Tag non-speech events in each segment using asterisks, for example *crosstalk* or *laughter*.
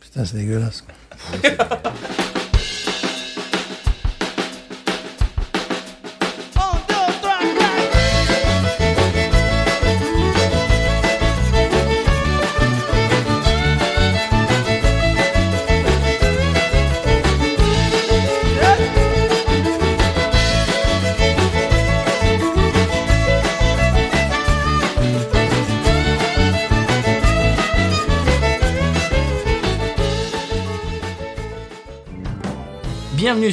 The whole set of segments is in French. Putain, c'est dégueulasse. Bienvenue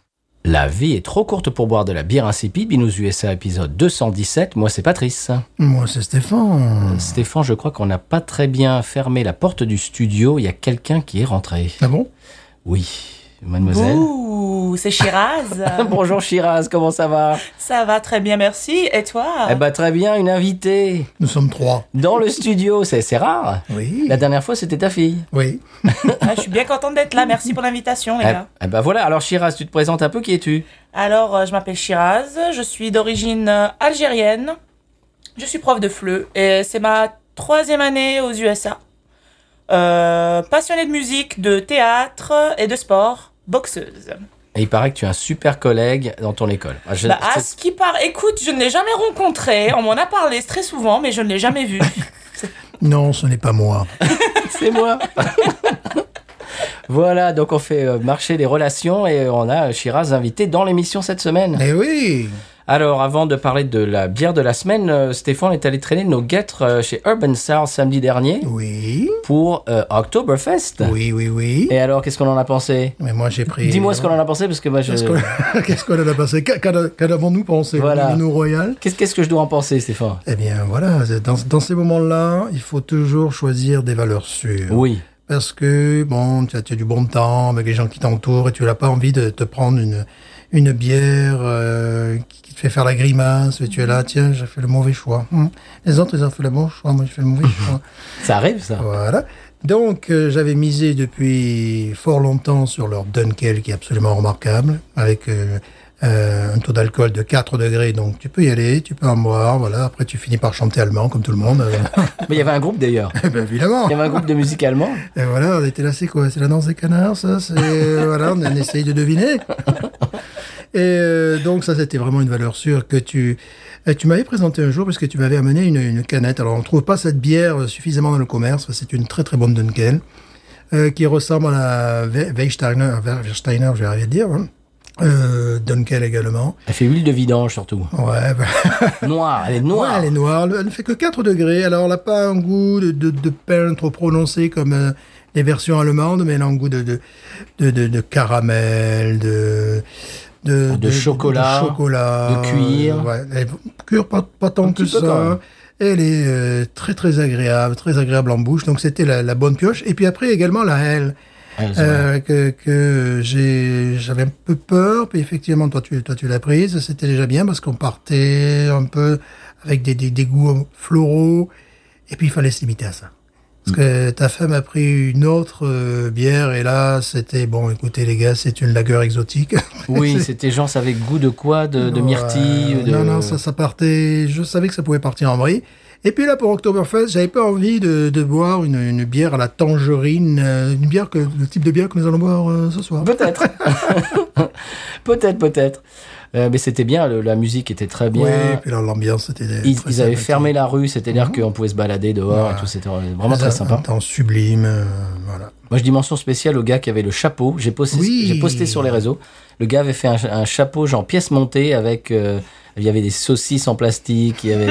La vie est trop courte pour boire de la bière insipide. Binous USA épisode 217. Moi, c'est Patrice. Moi, c'est Stéphane. Stéphane, je crois qu'on n'a pas très bien fermé la porte du studio. Il y a quelqu'un qui est rentré. Ah bon Oui, mademoiselle. Ouh, c'est *laughs* Shiraz. Bonjour Shiraz, comment ça va Ça va très bien, merci. Et toi Eh ben très bien, une invitée Nous sommes trois. dans le studio, c'est c'est rare. Oui. La dernière fois, c'était ta fille. Oui. Ah, Je suis bien contente d'être là. Merci pour l'invitation, les Eh, gars. eh ben voilà, alors Shiraz, tu te présentes un peu, qui es-tu Alors, euh, je m'appelle Shiraz. Je suis d'origine euh, algérienne. Je suis prof de FLE et c'est ma troisième année aux USA. Euh, passionnée de musique, de théâtre et de sport, boxeuse. Et il paraît que tu es un super collègue dans ton école. Ah, je- Bah, à c'est- ce qui part, écoute, je ne l'ai jamais rencontré. On m'en a parlé très souvent, mais je ne l'ai jamais vu. Non, ce n'est pas *laughs* moi. c'est moi *laughs* Voilà, donc on fait euh, marcher les relations et on a euh, Shiraz invité dans l'émission cette semaine. Eh oui. Alors, avant de parler de la bière de la semaine, euh, Stéphane est allé traîner nos guêtres euh, chez Urban Sour samedi dernier Oui. pour euh, Oktoberfest. Oui, oui, oui. Et alors, qu'est-ce qu'on en a pensé Mais moi, j'ai pris. Eh. Dis-moi ce qu'on en a pensé, parce que moi, je... Qu'est-ce qu'on- *laughs* Qu'est-ce qu'on en a passé Qu'a- Qu'en qu'a- avons-nous pensé Voilà. Nous, Royal Qu'est-ce qu'est-ce que je dois en penser, Stéphane Eh bien, voilà. c'est- Dans, dans ces moments-là, il faut toujours choisir des valeurs sûres. Oui. parce que bon, tu as, tu as du bon temps avec les gens qui t'entourent et tu n'as pas envie de te prendre une une bière euh, qui, qui te fait faire la grimace et tu es Mhm. là, tiens, j'ai fait le mauvais choix. Hum. Les autres, ils ont fait le bon choix, moi j'ai fait le mauvais *laughs* choix. Ça arrive, ça Voilà. Donc euh, j'avais misé depuis fort longtemps sur leur Dunkel qui est absolument remarquable, avec euh, euh, un taux d'alcool de 4 degrés, donc tu peux y aller, tu peux en boire, voilà. Après tu finis par chanter allemand comme tout le monde. *laughs* euh. Mais il y avait un groupe, d'ailleurs. Eh ben, évidemment. Il y avait un groupe de musique allemand. Et voilà, on était là, c'est quoi C'est la danse des canards, ça C'est euh, voilà, on a essayé de deviner. Et euh, donc ça, c'était vraiment une valeur sûre que tu euh, tu m'avais présenté un jour parce que tu m'avais amené une, une canette. Alors on trouve pas cette bière suffisamment dans le commerce. C'est une très très bonne Dunkel euh, qui ressemble à la Ve- Weilsteiner, Ver- Versteiner, je vais arriver à dire. hein. Euh, Dunkel également. Elle fait huile de vidange, surtout. Ouais. bah, Noire, elle est Ouais, noire. elle est noire. Elle ne fait que 4 degrés. Alors, elle n'a pas un goût de, de, de pain trop prononcé comme euh, les versions allemandes, mais elle a un goût de, de, de, de, de caramel, de. Ah, De chocolat, de chocolat, de cuir. Ouais, elle est- cuir, pas, pas tant Un que petit peu quand même. ça. Elle est euh, très très agréable, très agréable en bouche. Donc c'était la, la bonne pioche. Et puis après également la Hell. Ouais, Ah, *laughs* c'est vrai. Euh, que, que j'ai, j'avais un peu peur, puis effectivement, toi tu, toi, tu l'as prise, c'était déjà bien parce qu'on partait un peu avec des, des, des goûts floraux, et puis il fallait se limiter à ça. Mm. Parce que ta femme a pris une autre euh, bière, et là, c'était, bon, écoutez les gars, c'est une lagueur exotique. Oui, c'était genre, ça avait goût de quoi *laughs* De, de myrtille Ouais, de... Euh, Non, non, ça, ça partait. Je savais que ça pouvait partir en vrille. Et puis là, pour Oktoberfest, j'avais pas envie de, de boire une, une bière à la tangerine, euh, une bière que le type de bière que nous allons boire euh, ce soir. *laughs* Peut-être. peut-être, peut-être. Euh, mais c'était bien, le- la musique était très bien. Oui, et puis là, l'ambiance était. ils, très ils avaient sympathique. Mhm. fermé la rue, c'est-à-dire qu'on pouvait se balader dehors et tout, c'était vraiment Un- très sympa. Un temps sublime, euh, voilà. Moi, je dis mention spéciale au gars qui avait le chapeau. J'ai posté, Oui. j'ai posté sur les réseaux. Le gars avait fait un, un chapeau genre pièce montée avec. euh, il y avait des saucisses en plastique. Il *laughs* y avait.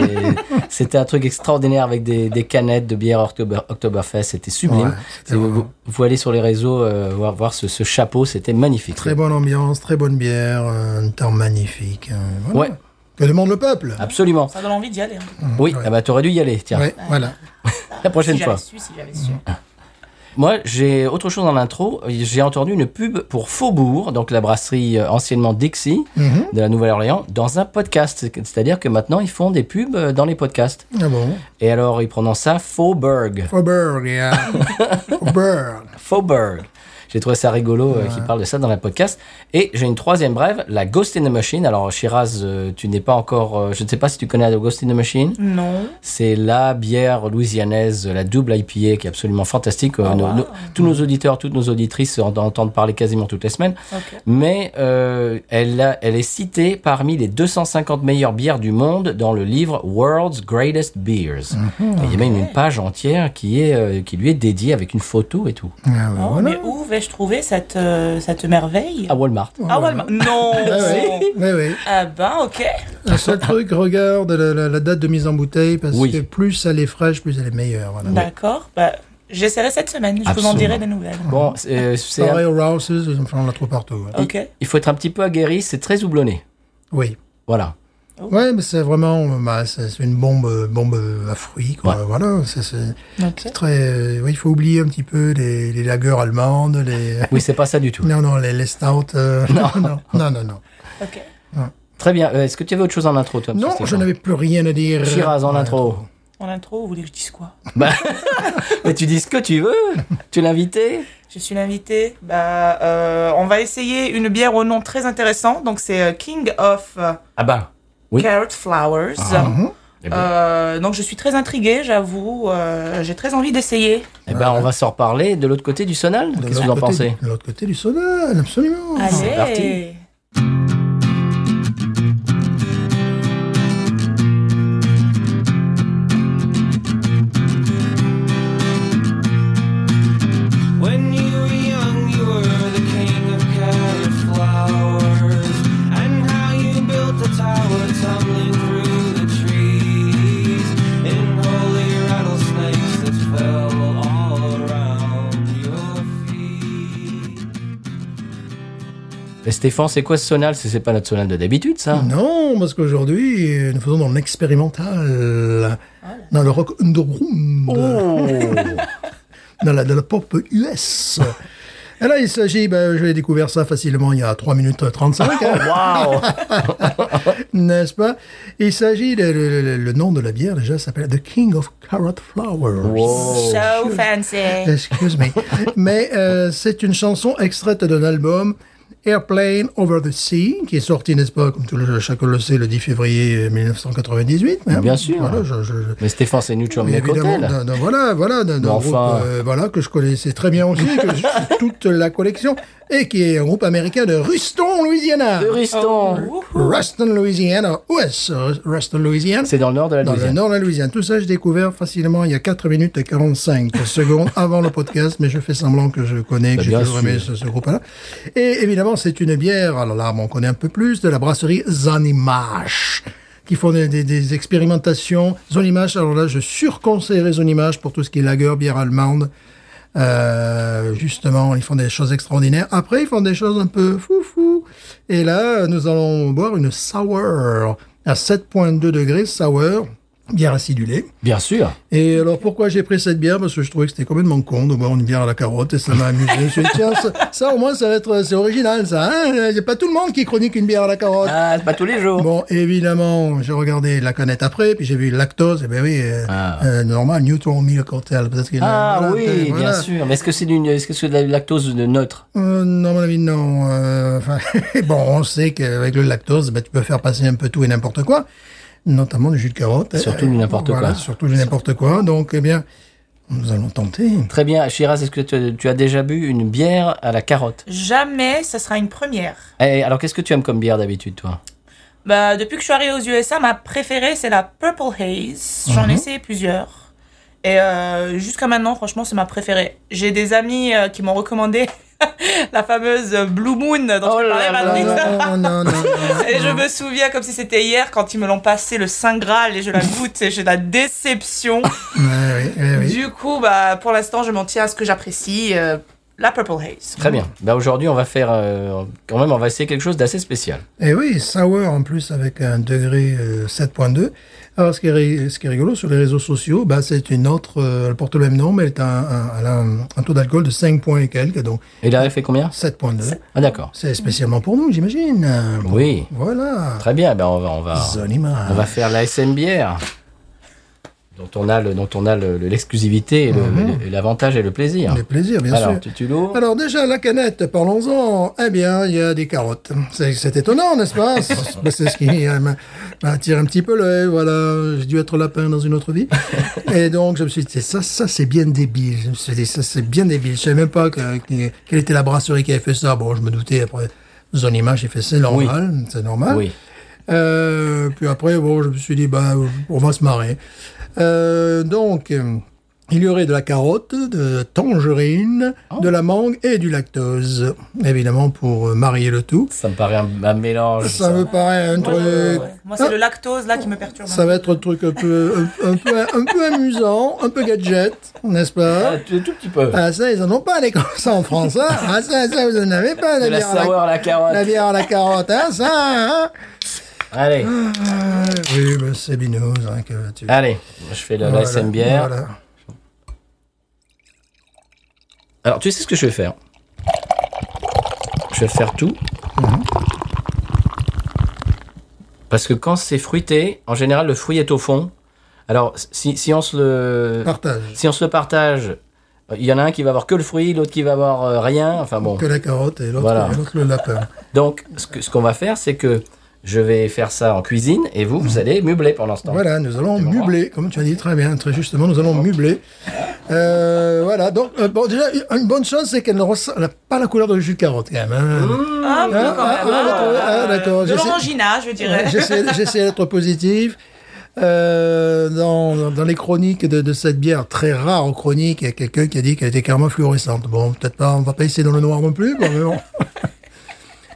C'était un truc extraordinaire avec des, des canettes de bière October, Oktoberfest. C'était sublime. Ouais, Si c'était vous, vraiment- vous- vous allez sur les réseaux euh, voir, voir ce, ce chapeau, c'était magnifique. Très bonne ambiance, très bonne bière, euh, un temps magnifique. euh, voilà. Ouais, Ah, Que demande le peuple absolument. Ah Ça donne envie d'y aller. hein. Oui, ah bah, t'aurais dû y aller. Tiens, Ouais, voilà. la Si prochaine j'avais fois. su, si j'avais su. Moi, j'ai autre chose dans l'intro. J'ai entendu une pub pour Faubourg, donc la brasserie euh, anciennement Dixie Mhm. de la Nouvelle-Orléans, dans un podcast. C'est- C'est-à-dire que maintenant, ils font des pubs euh, dans les podcasts. Ah bon Et alors, ils prononcent ça Faubourg. Faubourg, yeah. *laughs* Faubourg. Faubourg. J'ai trouvé ça rigolo euh, qu'il parle de ça dans le podcast. Et j'ai une troisième brève, la Ghost in the Machine. Alors, Shiraz, euh, tu n'es pas encore. euh, je ne sais pas si tu connais la Ghost in the Machine. Non. C'est la bière louisianaise, la double IPA, qui est absolument fantastique. Ah, Euh, nos- wow. nos- tous nos auditeurs, toutes nos auditrices en en entendent parler quasiment toutes les semaines. Ok. Mais euh, elle, a- elle est citée parmi les 250 meilleures bières du monde dans le livre World's Greatest Beers. Mhm. Et Il y a même une page entière qui, est, euh, qui lui est dédiée avec une photo et tout. Ah ben Oh, voilà. Mais où vais-je trouver cette, euh, cette merveille À Walmart. Ah, Walmart. Non Ah oui, oui, oui. Ah ben, ok. Un seul truc, regarde la, la- la date de mise en bouteille, parce Oui. que plus elle est fraîche, plus elle est meilleure. Voilà. D'accord. Bah, J'essaierai cette semaine. Je vous Absolument. en dirai des nouvelles. Bon, c'est- euh, c'est Pareil un- Ah. aux Rouses, enfin, on la trouve partout. hein. ouais. Ok. il faut être un petit peu aguerri, c'est très houblonné. Oui. Voilà. Oh. Ouais, mais c'est vraiment bah, c'est c'est une bombe, euh, bombe euh, à fruits. Quoi. Voilà, c'est- c'est Ok. très. euh, oui, il faut oublier un petit peu les, les lagers allemandes, les. Oui, c'est pas ça du tout. Non, non, les, les stouts. euh, non. *laughs* non, non, non, non. Ok. Très bien. Euh, Est-ce que tu avais autre chose en intro, Tom sur Non, ces je gens n'avais plus rien à dire. Shiraz en intro. En intro, vous voulez que je dise quoi Bah, mais tu dis ce que tu veux. Tu es l'invité. Je suis l'invité. Bah, euh, on va essayer une bière au nom très intéressant. Donc, c'est euh, King of euh, Ah bah. Oui. Carrot Flowers. Eh ben, Euh, donc, je suis très intriguée, j'avoue. Euh, J'ai très envie d'essayer. eh ben, on va s'en reparler de l'autre côté du sonal. De Qu'est-ce que vous en l'autre côté- pensez De l'autre côté du sonal, absolument. C'est parti. When you were young, you were the king of carrot flowers. And how you built the tower tumbling through the trees. In holy rattlesnakes that fell all around your feet. Et Stéphane, c'est quoi ce sonal C'est c'est pas notre sonal de d'habitude, ça Non, parce qu'aujourd'hui, euh, nous faisons dans l'expérimental, dans le rock underground, Oh. Oh, dans, la, dans la pop US. Et là, il s'agit, ben, je l'ai découvert ça facilement il y a 3 minutes 35, hein, Waouh n'est-ce pas Il s'agit, de- le, le- le nom de la bière déjà s'appelle The King of Carrot Flowers. So fancy. Excuse me. Mais euh, c'est une chanson extraite d'un album, Airplane Over the Sea, qui est sorti, n'est-ce pas, comme tout le, chacun le sait, le 10 février euh, 1998. hein. Bien sûr. Voilà, je- je- je- Mais Stéphane, c'est New oui, Chum évidemment, Cocktail. d'un- d'un- voilà, voilà, d'un d'un Mais groupe, enfin. euh, voilà, que je connaissais très bien aussi, que *laughs* j'ai toute la collection, et qui est un groupe américain de Ruston, Louisiana. De Riston. Oh. Ruston, Louisiana, US, Ruston, Louisiana. C'est dans le nord de la Dans le Louisiane. nord de la Louisiane. Tout ça, j'ai découvert facilement il y a 4 minutes et 45 secondes avant le podcast, mais je fais semblant que je connais, que Bah, j'ai bien toujours aimé sûr. ce, ce groupe-là. Et évidemment, c'est une bière, alors là, on connaît un peu plus, de la brasserie Zanimash, qui font des, des- des expérimentations. Zanimash, alors là, je surconseillerais Zanimash pour tout ce qui est lager, bière allemande. Euh, justement, ils font des choses extraordinaires. Après, ils font des choses un peu foufou. Et là, nous allons boire une sour à 7,2 degrés, sour, bière acidulée. Bien sûr. Et alors, pourquoi j'ai pris cette bière Parce que je trouvais que c'était complètement con de boire une bière à la carotte et ça m'a amusé. Je me suis dit, tiens, ça, ça, au moins, ça va être, c'est original, ça. Hein Il n'y a pas tout le monde qui chronique une bière à la carotte. Ah, c'est pas tous les jours. Bon, évidemment, j'ai regardé la canette après, puis j'ai vu lactose, et ben oui, euh, Ah. euh, normal, neutral milk cocktail, peut-être qu'il y en a- Ah voilà, oui, voilà. bien sûr. Mais est-ce que c'est d'une- est-ce que c'est de la lactose de neutre Euh, non, à mon avis, non. Euh, enfin, *laughs* bon, on sait qu'avec le lactose, ben, tu peux faire passer un peu tout et n'importe quoi, notamment du jus de carotte. Surtout Euh, du n'importe voilà, quoi. Surtout du n'importe quoi. Donc, eh bien, nous allons tenter. Très bien. Shiraz, est-ce que tu- tu as déjà bu une bière à la carotte Jamais, ça sera une première. Eh, Alors, qu'est-ce que tu aimes comme bière d'habitude, toi Bah, depuis que je suis arrivée aux USA, ma préférée, c'est la Purple Haze. J'en ai essayé plusieurs. Et euh, jusqu'à maintenant, franchement, c'est ma préférée. J'ai des amis euh, qui m'ont recommandé *laughs* la fameuse Blue Moon dont Oh tu là parlais, là Patrick. Ah, non, non, non, non, non. Et je me souviens comme si c'était hier quand ils me l'ont passé le Saint Graal et je la goûte et j'ai de la déception. *laughs* Ouais, oui, oui, oui. Du coup, bah, pour l'instant, je m'en tiens à ce que j'apprécie. euh, la Purple Haze. Très bien. Ben aujourd'hui, on va faire euh, quand même, on va essayer quelque chose d'assez spécial. Et oui, sour en plus avec un degré euh, 7.2. Alors ce qui, est, ri- ce qui est rigolo sur les réseaux sociaux, bah, c'est une autre, euh, elle porte le même nom, mais elle, est un, un- elle a un, un taux d'alcool de 5 points et quelques, donc Et là, il fait combien 7.2. Ah d'accord. C'est spécialement pour nous, j'imagine. Oui. Voilà. Très bien. Ben on va, on va, Zonima. on va faire la SMBR dont on a le, dont on a le- le- l'exclusivité, et le- le- et l'avantage et le plaisir. Les plaisirs, Mhm. bien Alors, sûr. tu, tu l'ouvres. Alors déjà, la canette, parlons-en. Eh bien, il y a des carottes. C'est c'est étonnant, n'est-ce pas C'est bah, c'est ce qui euh, m'a- m'attire un petit peu l'œil. Voilà, j'ai dû être lapin dans une autre vie. Et donc, je me suis dit, c'est ça, ça c'est bien débile. Je me suis dit, ça c'est bien débile. Je savais même pas que- que- quelle était la brasserie qui avait fait ça. Bon, je me doutais après. Zonima, j'ai fait ça, c'est normal, c'est normal. Oui. Euh, puis après, bon, je me suis dit, bah, on va se marrer. Euh, donc, euh, il y aurait de la carotte, de la tangerine, de la mangue et du lactose, évidemment, pour euh, marier le tout. Ça me paraît un, un mélange. Ça me paraît un Moi, truc... je- ouais. Moi, c'est Ah, le lactose là qui me perturbe. ça va être un truc un peu, un, un peu, un peu amusant, un peu gadget, n'est-ce pas Ah, tout, tout petit peu. Ah ça, ils en ont pas, les comme ça en France. hein. Ah ça, ça, vous en avez pas, de la la bière à sour, la, la carotte. la bière à la carotte, hein, ça, hein Allez, Ah, Oui, mais c'est binous, hein, que tu... allez. Je fais Ah, la, la SMBR. voilà. Alors, tu sais ce que je vais faire Je vais faire tout. Mhm. Parce que quand c'est fruité, en général, le fruit est au fond. Alors, si, si on se le, Partage. si on se le partage, il y en a un qui va avoir que le fruit, l'autre qui va avoir euh, rien. Enfin bon. Que la carotte et l'autre Voilà. et l'autre le lapin. Donc, ce qu'on ce qu'on va faire, c'est que je vais faire ça en cuisine et vous, vous allez meubler pendant ce temps. Mhm. Voilà, nous allons vas voir. mubler, comme tu as dit très bien, très justement, nous allons mubler. Euh, voilà, donc, euh, bon, déjà, une- une bonne chose, c'est qu'elle n'a pas la couleur de jus de carotte, quand même. hein. Un peu Ah, quand ah, ah, même, hein. d'accord, ah, d'accord, De j'essaie- l'orangina, je dirais. *laughs* J'essaie j'essaie d'être positif. Euh, dans, dans- dans les chroniques de, de cette bière, très rare aux chroniques, il y a quelqu'un qui a dit qu'elle était carrément fluorescente. Bon, peut-être pas, on va pas essayer dans le noir non plus, bon, mais bon. *laughs*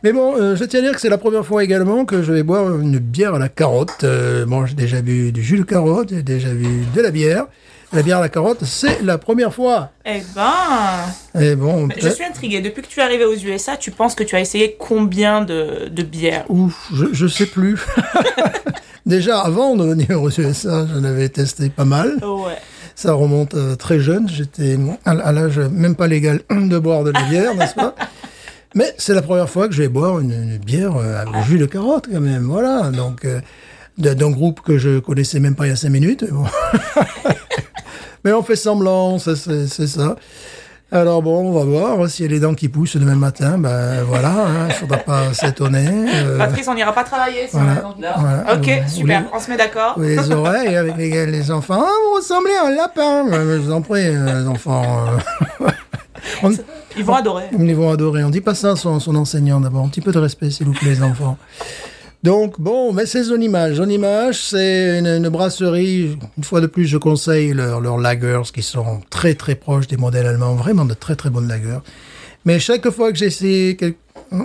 Mais bon, euh, je tiens à dire que c'est la première fois également que je vais boire une bière à la carotte. Euh, bon, j'ai déjà bu du jus de carotte, j'ai déjà bu de la bière. La bière à la carotte, c'est la première fois. Eh ben, Et bon, je peut-être- suis intriguée. Depuis que tu es arrivé aux USA, tu penses que tu as essayé combien de, de bières Ouf, je, je sais plus. *laughs* Déjà, avant de venir aux USA, j'en avais testé pas mal. Oh, Ouais. Ça remonte euh, très jeune. J'étais à, à l'âge même pas légal *clears throat* de boire de la bière, n'est-ce pas Mais c'est la première fois que je vais boire une, une bière euh, avec jus de carotte, quand même. Voilà. Donc, euh, d'un d'un groupe que je connaissais même pas il y a cinq minutes. Bon. *laughs* Mais on fait semblant, ça, c'est c'est ça. Alors bon, on va voir si y a les dents qui poussent demain matin. Ben voilà, hein, faudra pas *laughs* s'étonner. euh, Patrice, on n'ira pas travailler si voilà, on est dans le Nord. voilà. Ok, Vous super, voulez- on se met d'accord. ou les oreilles avec les, les enfants. Ah, vous ressemblez à un lapin. Ouais, mais Je vous en prie, euh, les enfants. euh. on, Ils vont adorer. ils vont adorer. On dit pas ça à son, son enseignant d'abord. Un petit peu de respect, s'il vous plaît, les enfants. Donc, bon, mais c'est Zone Image. Zone Image, c'est une, une brasserie. Une fois de plus, je conseille leurs leurs lagers qui sont très, très proches des modèles allemands. Vraiment de très, très bonnes lagers. Mais chaque fois que j'ai essayé quelque-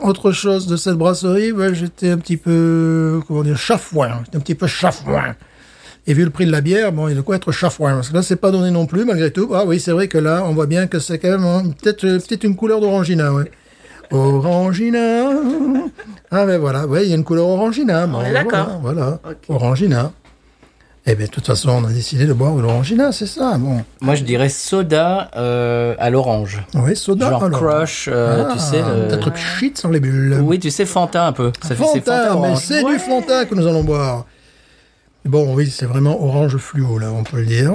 autre chose de cette brasserie, ben, j'étais un petit peu, comment dire, chafouin. J'étais un petit peu chafouin. Et vu le prix de la bière, bon, il y a de quoi être chafouin. Parce que là, c'est pas donné non plus, malgré tout. Ah oui, c'est vrai que là, on voit bien que c'est quand même hein, peut-être euh, peut-être une couleur d'orangina, ouais. Orangina. Ah, mais voilà, ouais, il y a une couleur orangina. Bon, est d'accord. Voilà, voilà. orangina. Eh bien, de toute façon, on a décidé de boire de l'orangina, c'est ça. Bon, Moi, je dirais soda euh, à l'orange. oui, soda. Genre alors. crush, euh, Ah, tu sais. le- Des trucs shit sans les bulles. Oui, tu sais, Fanta un peu. Ça fait c'est Fanta, mais orange. c'est du Fanta que nous allons boire. Bon, oui, c'est vraiment orange fluo, là, on peut le dire.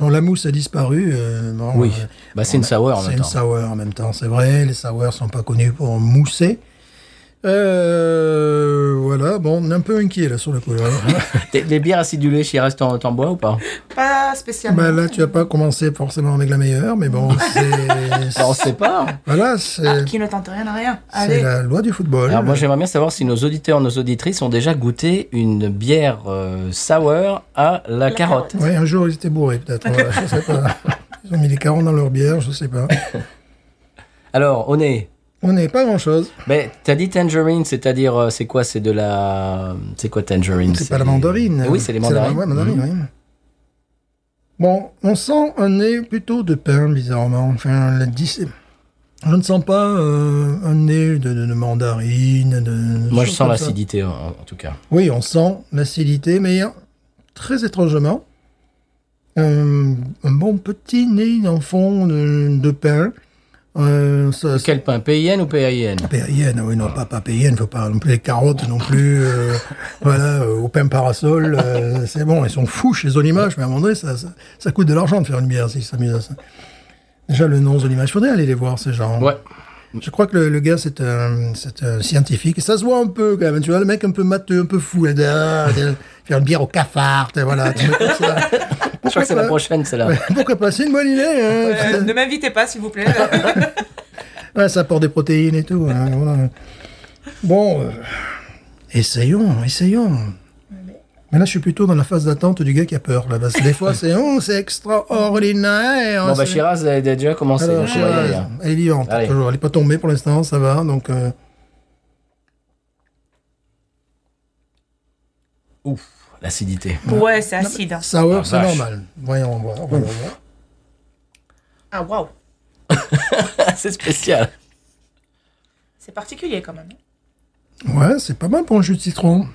Bon, la mousse a disparu. euh, bon, Oui, euh, bah, c'est une sour en c'est même une temps. sour en même temps, c'est vrai. Les sours sont pas connus pour mousser. Euh, voilà, bon, on est un peu inquiet, là, sur le coup. hein. là. *laughs* T'es- Les bières acidulées, Shiraz, t'en, t'en bois *laughs* ou pas Pas spécialement. bah, là, tu as pas commencé forcément avec la meilleure, mais bon, *laughs* c'est... Bah, On sait pas. voilà, c'est... Ah, Qui ne tente rien à rien. C'est Allez. la loi du football. Alors moi j'aimerais bien savoir si nos auditeurs, nos auditrices ont déjà goûté une bière euh, sour à la, carotte. Oui, un jour ils étaient bourrés peut-être. voilà, je sais pas. Ils ont mis les carons dans leur bière, je sais pas. Alors on est... On n'est pas grand-chose. Ben t'as dit tangerine, c'est-à-dire euh, c'est quoi C'est de la... C'est quoi tangerine C'est pas la des- mandarine. Oui c'est les la- mandarines. Mmh. Mhm. ouais, mandarine, oui. Bon, on sent un nez plutôt de pain, bizarrement. Enfin, le dis- Je ne sens pas euh, un nez de, de- de mandarine. De, de Moi, je choses sens comme ça. l'acidité, en, en tout cas. Oui, on sent l'acidité, mais euh, très étrangement, euh, un bon petit nez en fond de, de pain. Euh, ça- ça- Quel pain PIN ou PIN Périenne, oui, non, pas, pas périenne, faut pas non plus les carottes non plus, euh, voilà, euh, au pain parasol, euh, c'est bon, ils sont fous chez Zolimoche, mais à un moment donné, ça, ça, ça coûte de l'argent de faire une bière s'ils s'amusent à ça. Déjà, le nom Zolimoche, faudrait aller les voir, ces gens. Ouais. Je crois que le, le gars, c'est un, c'est un scientifique, et ça se voit un peu, quand même, tu vois, le mec un peu matheux, un peu fou, là, de- de- ah, faire une bière au cafard, tu sais, voilà. tu vois, c'est la- Je crois que c'est la prochaine, c'est là. Pourquoi pas, c'est une bonne idée, hein, *laughs* Euh, putain. ne m'invitez pas, s'il vous *laughs* plaît. Ouais, ça apporte des protéines et tout. hein, voilà. Bon, euh, essayons, essayons. Mais là, je suis plutôt dans la phase d'attente du gars qui a peur. Là, parce que des fois, c'est oh, c'est extraordinaire. Bon, bah, c'est- Shiraz elle a déjà commencé. Alors, donc on va y Shiraz, aller, hein. elle est vivante, Allez. toujours. Elle n'est pas tombée pour l'instant, ça va. Donc, euh, Ouf, l'acidité. ouais, c'est acide. hein. sour, Ah, c'est vache. normal. Voyons voir. voyons voir. Ah, waouh. c'est spécial. C'est particulier quand même. Ouais, c'est pas mal pour le jus de citron.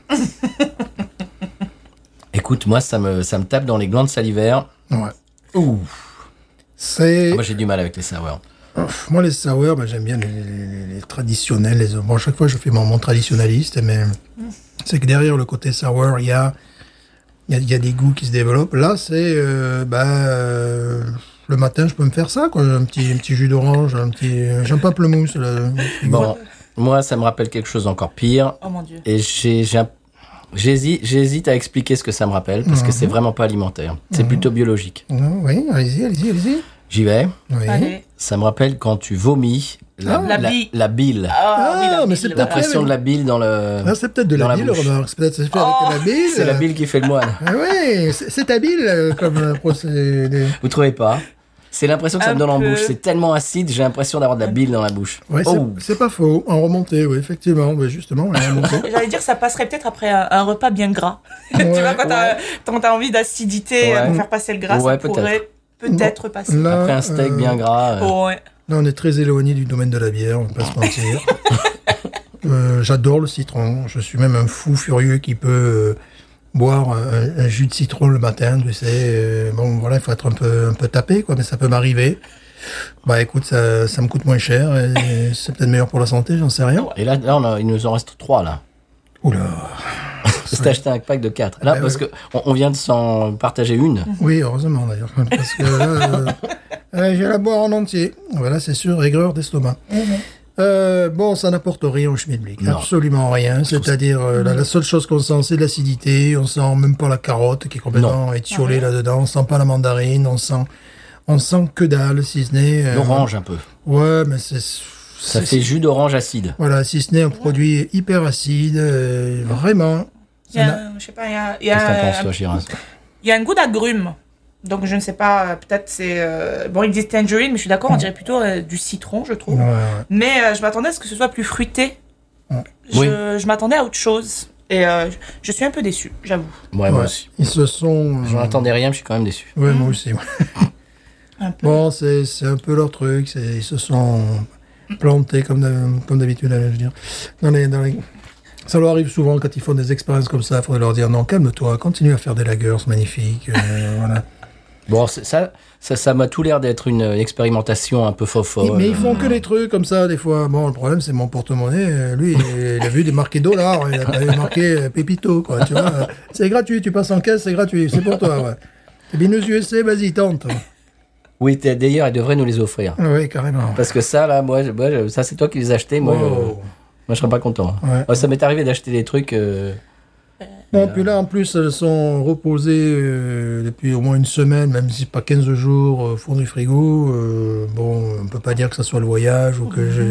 Écoute, moi, ça me, ça me tape dans les glandes salivaires. Ouais. Ouh. C'est. Moi, j'ai du mal avec les sours. Ouf, Moi, les sour, bah, j'aime bien les, les- les- les traditionnels. Les... Bon, à chaque fois, je fais mon, mon traditionnaliste, mais c'est que derrière le côté sour, il y a, il y, a- il y a des goûts qui se développent. Là, c'est. euh, bah, euh, le matin, je peux me faire ça, quoi. Un petit, un petit jus d'orange, un petit. euh, J'aime pas mousse. Bon, moi, ça me rappelle quelque chose encore pire. Oh mon dieu. Et j'ai- j'ai un- j'hési- j'hésite à expliquer ce que ça me rappelle, parce que c'est vraiment pas alimentaire. C'est plutôt biologique. Ah, Oui, allez-y, allez-y, allez-y. J'y vais. Oui. Allez. Ça me rappelle quand tu vomis la, La bile. la bile. Ah, oui, la mais bile, c'est voilà. pas- L'impression de la bile dans le. Là, c'est peut-être de Dans la la bile, bouche. remarque. C'est peut-être Ah, c'est fait Oh, avec la bile. C'est la bile qui fait le moine. Ah oui, c'est c'est habile euh, comme euh, procédé. Vous trouvez pas C'est l'impression que ça Un me donne en peu. bouche. C'est tellement acide, j'ai l'impression d'avoir de la bile dans la bouche. Ouais, c'est- oh, c'est pas faux. En remontée, oui, effectivement. Mais justement, la remontée. J'allais dire, ça passerait peut-être après un, un repas bien gras. *laughs* tu vois, quand t'as quand t'as envie d'acidité Ouais. euh, pour faire passer le gras, Ouais, ça pourrait peut-être passer. Là, après un steak euh, bien gras. euh, Ouais. Là, on est très éloigné du domaine de la bière, on va pas se mentir. Euh, J'adore le citron. Je suis même un fou furieux qui peut euh, boire un, un jus de citron le matin. Tu sais, Euh, bon, voilà, il faut être un peu, un peu tapé, quoi, mais ça peut m'arriver. Bah, écoute, ça, ça me coûte moins cher et c'est peut-être meilleur pour la santé, j'en sais rien. Et là, là on a- il nous en reste trois là. Oula. C'est acheté un pack de quatre. Là, Ben, parce que ouais. on, on vient de s'en partager une. Oui, heureusement d'ailleurs, parce que là, euh, *laughs* euh, je vais la boire en entier. Voilà, c'est sûr, aigreur d'estomac. Euh, bon, ça n'apporte rien au schmilblick, Mhm. Non. absolument rien. C'est-à-dire, euh, la, la seule chose qu'on sent, c'est de l'acidité. On sent même pas la carotte qui est complètement étiolée Ah là-dedans. On sent pas la mandarine. On sent, on sent que dalle, si ce n'est. euh, L'orange un peu. Ouais, mais c'est. Ça c'est- fait jus d'orange acide. Voilà, si ce n'est un produit hyper acide, euh, vraiment. Il y a, un- je sais pas, il y a, il y a Qu'est-ce que t'en un- penses toi, Shiraz Euh, il y a un goût d'agrumes. Donc je ne sais pas, euh, peut-être c'est... euh, Bon, ils disent tangerine, mais je suis d'accord, on dirait plutôt euh, du citron, je trouve. Ouais, ouais. Mais euh, je m'attendais à ce que ce soit plus fruité. Je, Oui. je m'attendais à autre chose. Et euh, je- je suis un peu déçue, j'avoue. Ouais, Ouais. Ah, moi aussi. Ils se sont. euh, J'en attendais rien, mais je suis quand même déçu. Ouais, moi aussi. ouais. Hein *laughs* Un peu. Bon, c'est c'est un peu leur truc. c'est- Ils se sont plantés comme d'hab- comme d'habitude, allez, je veux dire. Dans les, dans les... Ça leur arrive souvent quand ils font des expériences comme ça. Il faudrait leur dire non, calme-toi, continue à faire des lagers magnifiques. euh, *laughs* voilà. Bon, c'est- ça, ça, ça m'a tout l'air d'être une euh, expérimentation un peu fofolle. mais ils font que des trucs comme ça des fois. Bon, le problème c'est mon porte-monnaie. euh, Lui, il a vu des marqués dollars, il a pas vu marqué euh, Pépito, quoi. Tu vois, euh, c'est gratuit. Tu passes en caisse, c'est gratuit. C'est pour toi. Ouais. C'est bien aux USA, vas-y, tente. Oui, t'es- d'ailleurs, ils devraient nous les offrir. Oui, carrément. Parce que ça, là, moi, je- moi, je- ça, c'est toi qui les as achetés. Moi, je, Oh. moi, je serais pas content. Ouais. Oh, ça m'est arrivé d'acheter des trucs. euh, Bon, puis là, en plus, elles sont reposées euh, depuis au moins une semaine, même si c'est pas 15 jours, euh, fond du frigo. Euh, bon, on peut pas dire que ça soit le voyage ou que je,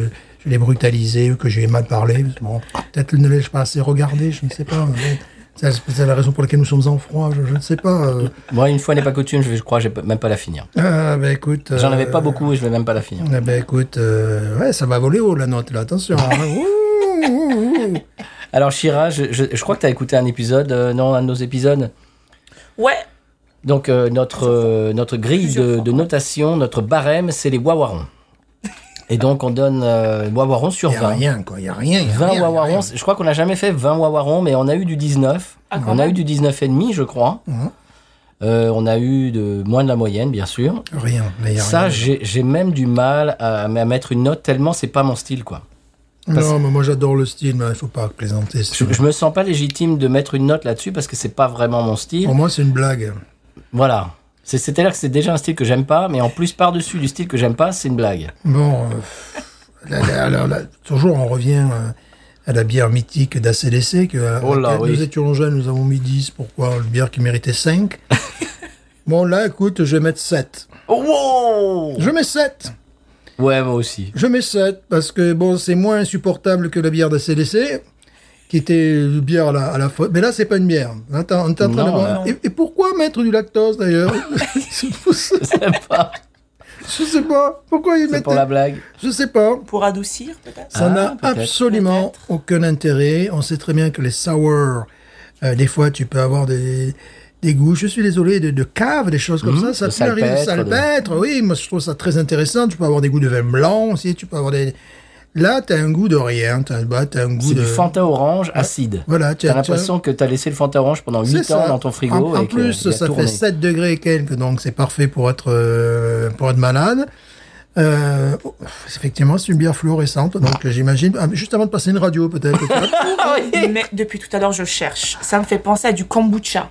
je l'ai brutalisé ou que j'ai mal parlé. parce que Bon, peut-être ne l'ai-je pas assez regardé, je ne sais pas. mais bon, c'est c'est la raison pour laquelle nous sommes en froid, je, je ne sais pas. euh. Moi, une fois n'est pas coutume, je, je crois que je vais même pas la finir. Ah, bah écoute. J'en euh, avais pas beaucoup et je vais même pas la finir. Ah, bah écoute, euh, ouais, ça va voler haut la note, là, attention. Ah, hein. Ouh, ouh, ouh. Alors, Shira, je, je- je crois que t'as écouté un épisode, euh, non, un de nos épisodes. Ouais, Donc, euh, notre, euh, notre grille Plusieurs de, fois, de notation, notre barème, c'est les Wawarons. Et donc, on donne euh, Wawaron sur Il n'y a 20. rien, quoi. Il n'y a rien. il y a 20 rien, il y a rien. Wawarons, je crois qu'on n'a jamais fait 20 Wawarons, mais on a eu du 19. Ah, quand on a même. eu du 19 et demi, je crois. Mhm. Euh, on a eu de moins de la moyenne, bien sûr. Rien. là, il y a Ça, rien. j'ai j'ai même du mal à, à mettre une note tellement c'est pas mon style, quoi. parce- Non, mais moi j'adore le style, mais il faut pas plaisanter. c'est- Je, je me sens pas légitime de mettre une note là-dessus parce que c'est pas vraiment mon style. Pour moi, c'est une blague. Voilà. C'est- C'est-à-dire que c'est déjà un style que j'aime pas, mais en plus par-dessus du style que j'aime pas, c'est une blague. Bon, euh, là, là, là, là, toujours on revient euh, à la bière mythique d'ACDC, que à Oh là, laquelle oui. nous étions jeunes, nous avons mis 10, pourquoi une bière qui méritait *laughs* 5. bon, là, écoute, je vais mettre 7. Wow Je mets 7 Ouais, moi aussi. Je mets 7, parce que bon, c'est moins insupportable que la bière d'ACDC, qui était une bière à la, à la fois. Mais là, c'est pas une bière. Hein, t'es en- t'es en train Non, de boire- là- et, et pourquoi mettre du lactose *laughs* d'ailleurs *laughs* Je C'est pas sais pas. Pourquoi ils c'est mettent. pour la blague. Je sais pas. Pour adoucir, peut-être Ça Ah, n'a peut-être. absolument aucun intérêt. On sait très bien que les sour, euh, des fois, tu peux avoir des, des goûts, je suis désolé, de, de cave, des choses comme Mhm, ça. de Ça peut arriver de salpêtre, de- salpêtre. Oui, moi, je trouve ça très intéressant. Tu peux avoir des goûts de vin blanc aussi. Tu peux avoir des. Là, tu as un goût de rien. Tu as, bah, t'as un goût C'est de. du Fanta Orange acide. Voilà, tu as- T'as tu as- l'impression que t'as laissé le Fanta Orange pendant 8 C'est ans ça. dans ton frigo. En, en et que plus, il a ça tourné. fait 7 degrés et quelques, donc c'est parfait pour être, euh, pour être malade. Euh, oh, effectivement, c'est une bière fluorescente, donc euh, j'imagine. ah, mais juste avant de passer une radio, peut-être. tu *laughs* vois. Ah Mais depuis tout à l'heure, je cherche. Ça me fait penser à du kombucha.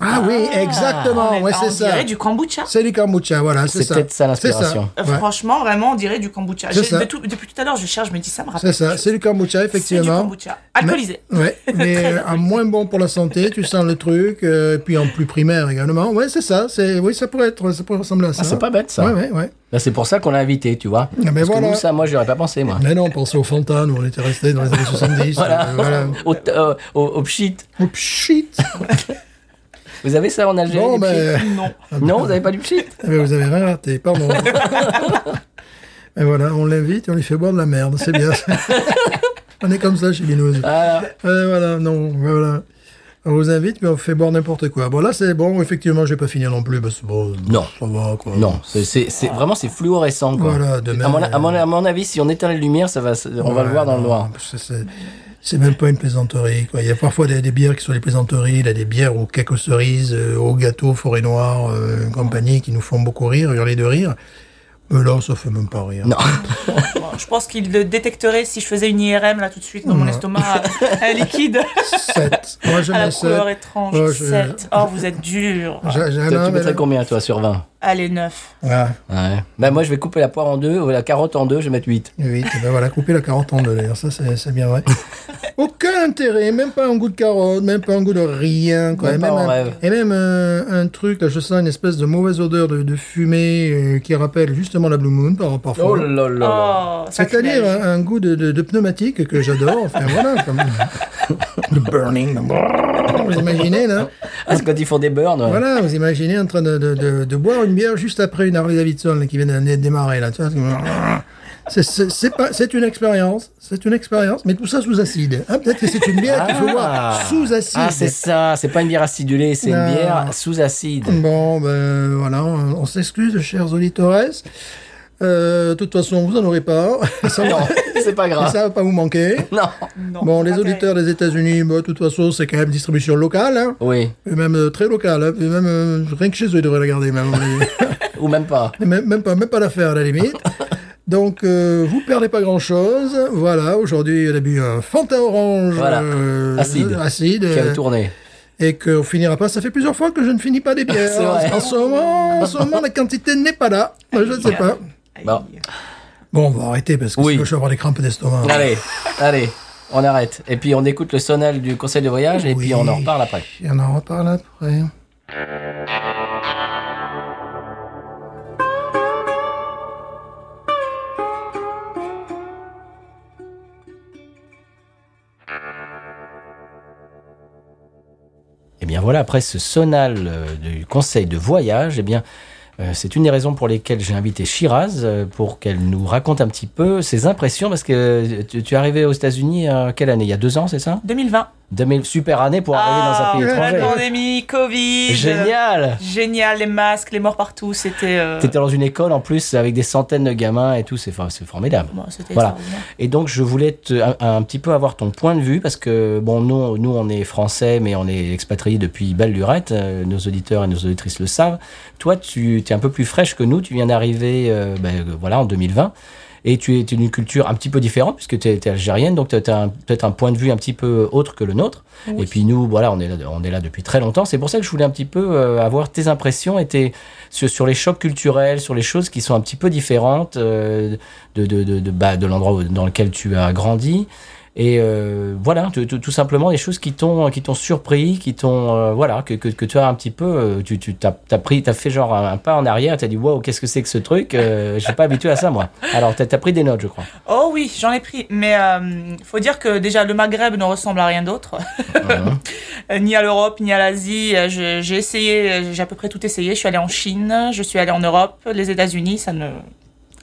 ah oui, exactement, On Ah, ouais, est- c'est on ça. dirait du kombucha. C'est du kombucha, voilà, c'est C'est ça. peut-être ça C'est l'inspiration. Euh, Ouais, Franchement, vraiment, on dirait du kombucha. C'est J'ai- ça. de tout- depuis tout à l'heure, je cherche, je me dis, ça me rappelle. C'est ça, quelque c'est chose. du kombucha, C'est du effectivement. kombucha. Alcoolisé. Mais, *laughs* ouais, mais euh, un moins bon pour la santé, tu sens le truc, euh, puis en plus primaire également. Ouais, c'est ça, c'est, oui, ça pourrait être, ça pourrait ressembler à ça. Ah, c'est pas bête ça. Ouais, ouais, ouais. Là, c'est pour ça qu'on l'a invité, tu vois. mais Parce voilà. que nous, ça, moi, j'aurais pas pensé, moi. Mais non, on pensait aux fontanes où on était resté dans les années 70. *laughs* Voilà. euh, voilà. Au, euh, au- au pchit. Oh, *laughs* shit Vous avez ça en Algérie Bon, du pchit ben, Non. Non, vous avez pas du pchit eh ben, vous avez rien raté, *laughs* pardon. Mais voilà, on l'invite et on lui fait boire de la merde, c'est *laughs* bien. on est comme ça chez Binouze. Ah, Euh, voilà, non, voilà. On vous invite, mais on fait boire n'importe quoi. Bon, là, c'est bon, effectivement, je vais pas finir non plus, parce que bon, Non. ça va, quoi. Non, c'est- c'est c'est- vraiment c'est fluorescent quoi. Voilà, de à, mon, même, euh, à mon- à mon avis, si on éteint les lumières, ça va, se- on va le Ouais, voir dans le non, noir. c'est- c'est- C'est même pas une plaisanterie. Quoi. Il y a parfois des, des bières qui sont des plaisanteries, là, des bières aux cakes aux cerises, euh, aux gâteaux forêt noire, euh, compagnie, qui nous font beaucoup rire, hurler de rire. Mais là, ça fait même pas rire. Non. Bon, je pense qu'il le détecterait si je faisais une IRM là tout de suite dans mon Ouais. estomac, *laughs* euh, un liquide 7. Moi, je à *laughs* la mets 7. couleur étrange. Ouais, je- 7. Oh, vous êtes dur. J'ai- j'ai- non, Toi, tu mais mettrais là- combien toi sur 20 Allez, 9. Ah, Ouais. Ben moi je vais couper la poire en deux, ou la carotte en deux, je vais mettre 8. oui, eh ben voilà, couper la carotte en deux, d'ailleurs, ça, c'est c'est *laughs* bien vrai. Aucun intérêt, même pas un goût de carotte, même pas un goût de rien, quoi. Même et pas même, en un, rêve. et même euh, un truc, là, je sens une espèce de mauvaise odeur de, de fumée euh, qui rappelle justement la Blue Moon, par, parfois. Oh là là là. Oh, sacrilège. C'est-à-dire un, un goût de, de- de pneumatique que j'adore. Enfin, voilà, *laughs* comme... Le burning. Vous imaginez, là Ah, c'est quand ils font des burns. ouais. Voilà, vous imaginez en train de, de- de- de boire une bière juste après une Harley Davidson là, qui vient de, de démarrer, là. tu vois, c'est- c'est- c'est pas- c'est une expérience, c'est une expérience, mais tout ça sous acide. hein. Peut-être que c'est une bière qu'il faut boire sous acide. Ah, c'est ça, c'est pas une bière acidulée, c'est une Non. bière *laughs* sous acide. Bon, ben voilà, on, on s'excuse, chers auditeurs. Euh, De toute façon, vous en aurez pas. ça, Non, c'est pas va- *laughs* grave. ça va pas vous manquer. Non. Non, Bon, les pas auditeurs des États-Unis, bah, de toute façon, c'est quand même distribution locale, hein, Oui, et même euh, très locale, hein, et même euh, rien que chez eux, ils devraient la garder, même, à mon avis. ou même pas. Et même, même pas, même pas la faire à la *laughs* limite. Donc, euh, vous perdez pas grand-chose. Voilà, aujourd'hui, on a bu un Fanta Orange Voilà. euh, Acide. acide, Qui euh, a tourné. et qu'on finira pas. Ça fait plusieurs fois que je ne finis pas des bières. *laughs* C'est vrai. En ce moment, en ce moment, la quantité n'est pas là. Je ne sais pas. terrible. Bon. Bon, on va arrêter parce que Oui. sinon, je vais avoir des crampes d'estomac. Allez, allez, on arrête. Et puis on écoute le sonal du conseil de voyage et Oui. puis on en reparle après. Et on en reparle après. Eh bien voilà, après ce sonal euh, du conseil de voyage, eh bien euh, c'est une des raisons pour lesquelles j'ai invité Shiraz euh, pour qu'elle nous raconte un petit peu ses impressions parce que euh, tu, tu es arrivé aux États-Unis euh, quelle année Il y a deux ans, c'est ça 2020. 2000 super année pour Ah, arriver dans un la pays étranger. pandémie, Covid. Génial Génial, les masques, les morts partout, c'était. euh, T'étais dans une école en plus avec des centaines de gamins et tout, c'est for- c'est formidable. bon, c'était Voilà. extraordinaire. Et donc je voulais te- un, un petit peu avoir ton point de vue parce que bon nous, nous on est français mais on est expatriés depuis belle lurette, euh, nos auditeurs et nos auditrices le savent. Toi tu es un peu plus fraîche que nous, tu viens d'arriver euh, ben, euh, voilà en 2020 et tu es d'une culture un petit peu différente puisque tu es, algérienne donc tu as, peut-être un point de vue un petit peu autre que le nôtre. Et puis nous voilà on est là, on est là depuis très longtemps, c'est pour ça que je voulais un petit peu euh, avoir tes impressions et tes, sur, sur les chocs culturels, sur les choses qui sont un petit peu différentes euh, de, de, de, de, bah, de l'endroit où- dans lequel tu as grandi. Et euh, voilà, tout, tout- tout simplement des choses qui t'ont qui t'ont surpris, qui t'ont euh, voilà que, que, que tu as un petit peu, euh, tu tu t'as t'as pris, t'as fait genre un, un pas en arrière, t'as dit waouh qu'est-ce que c'est que ce truc, euh, je suis pas habitué à ça moi. Alors t'as as pris des notes je crois. Oh oui, j'en ai pris. Mais euh, faut dire que déjà, le Maghreb ne ressemble à rien d'autre. *laughs* Mhm. Euh, ni à l'Europe, ni à l'Asie. Euh, je- J'ai essayé, euh, j'ai à peu près tout essayé. Je suis allée en Chine, je suis allée en Europe, les États-Unis, ça ne.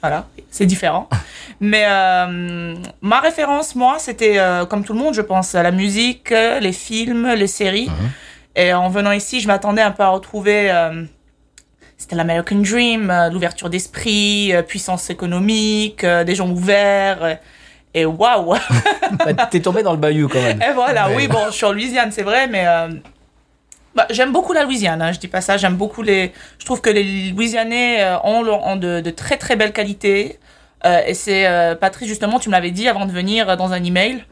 Voilà, c'est différent. Mais euh, ma référence, moi, c'était euh, comme tout le monde, je pense, à la musique, euh, les films, les séries. Et en venant ici, je m'attendais un peu à retrouver. euh, c'était l'American Dream, euh, l'ouverture d'esprit, euh, puissance économique, euh, des gens ouverts. euh, et waouh! Bah, T'es tombé dans le bayou quand même. Et Eh, voilà, oui, bon, je suis en Louisiane, c'est vrai, mais euh, bah, j'aime beaucoup la Louisiane, hein, je dis pas ça, j'aime beaucoup les... Je trouve que les Louisianais euh, ont, leur- ont de, de très très belles qualités. Euh, et c'est, euh, Patrice, justement, tu me l'avais dit avant de venir euh, dans un email,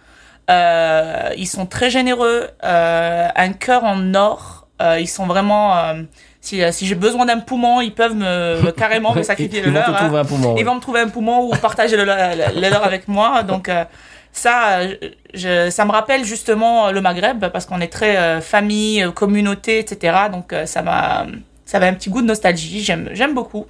euh, ils sont très généreux, euh, un cœur en or, euh, ils sont vraiment... euh, si, euh, si j'ai besoin d'un poumon, ils peuvent me, me- *laughs* carrément me sacrifier Ils le vont leur. te hein. trouver un poumon. Ils Ah ouais. vont me trouver un poumon ou partager le, le- le leur avec moi. Donc euh, ça, euh, je, ça me rappelle justement euh, le Maghreb parce qu'on est très euh, famille, euh, communauté, etc. Donc euh, ça m'a, ça avait un petit goût de nostalgie. J'aime, j'aime beaucoup.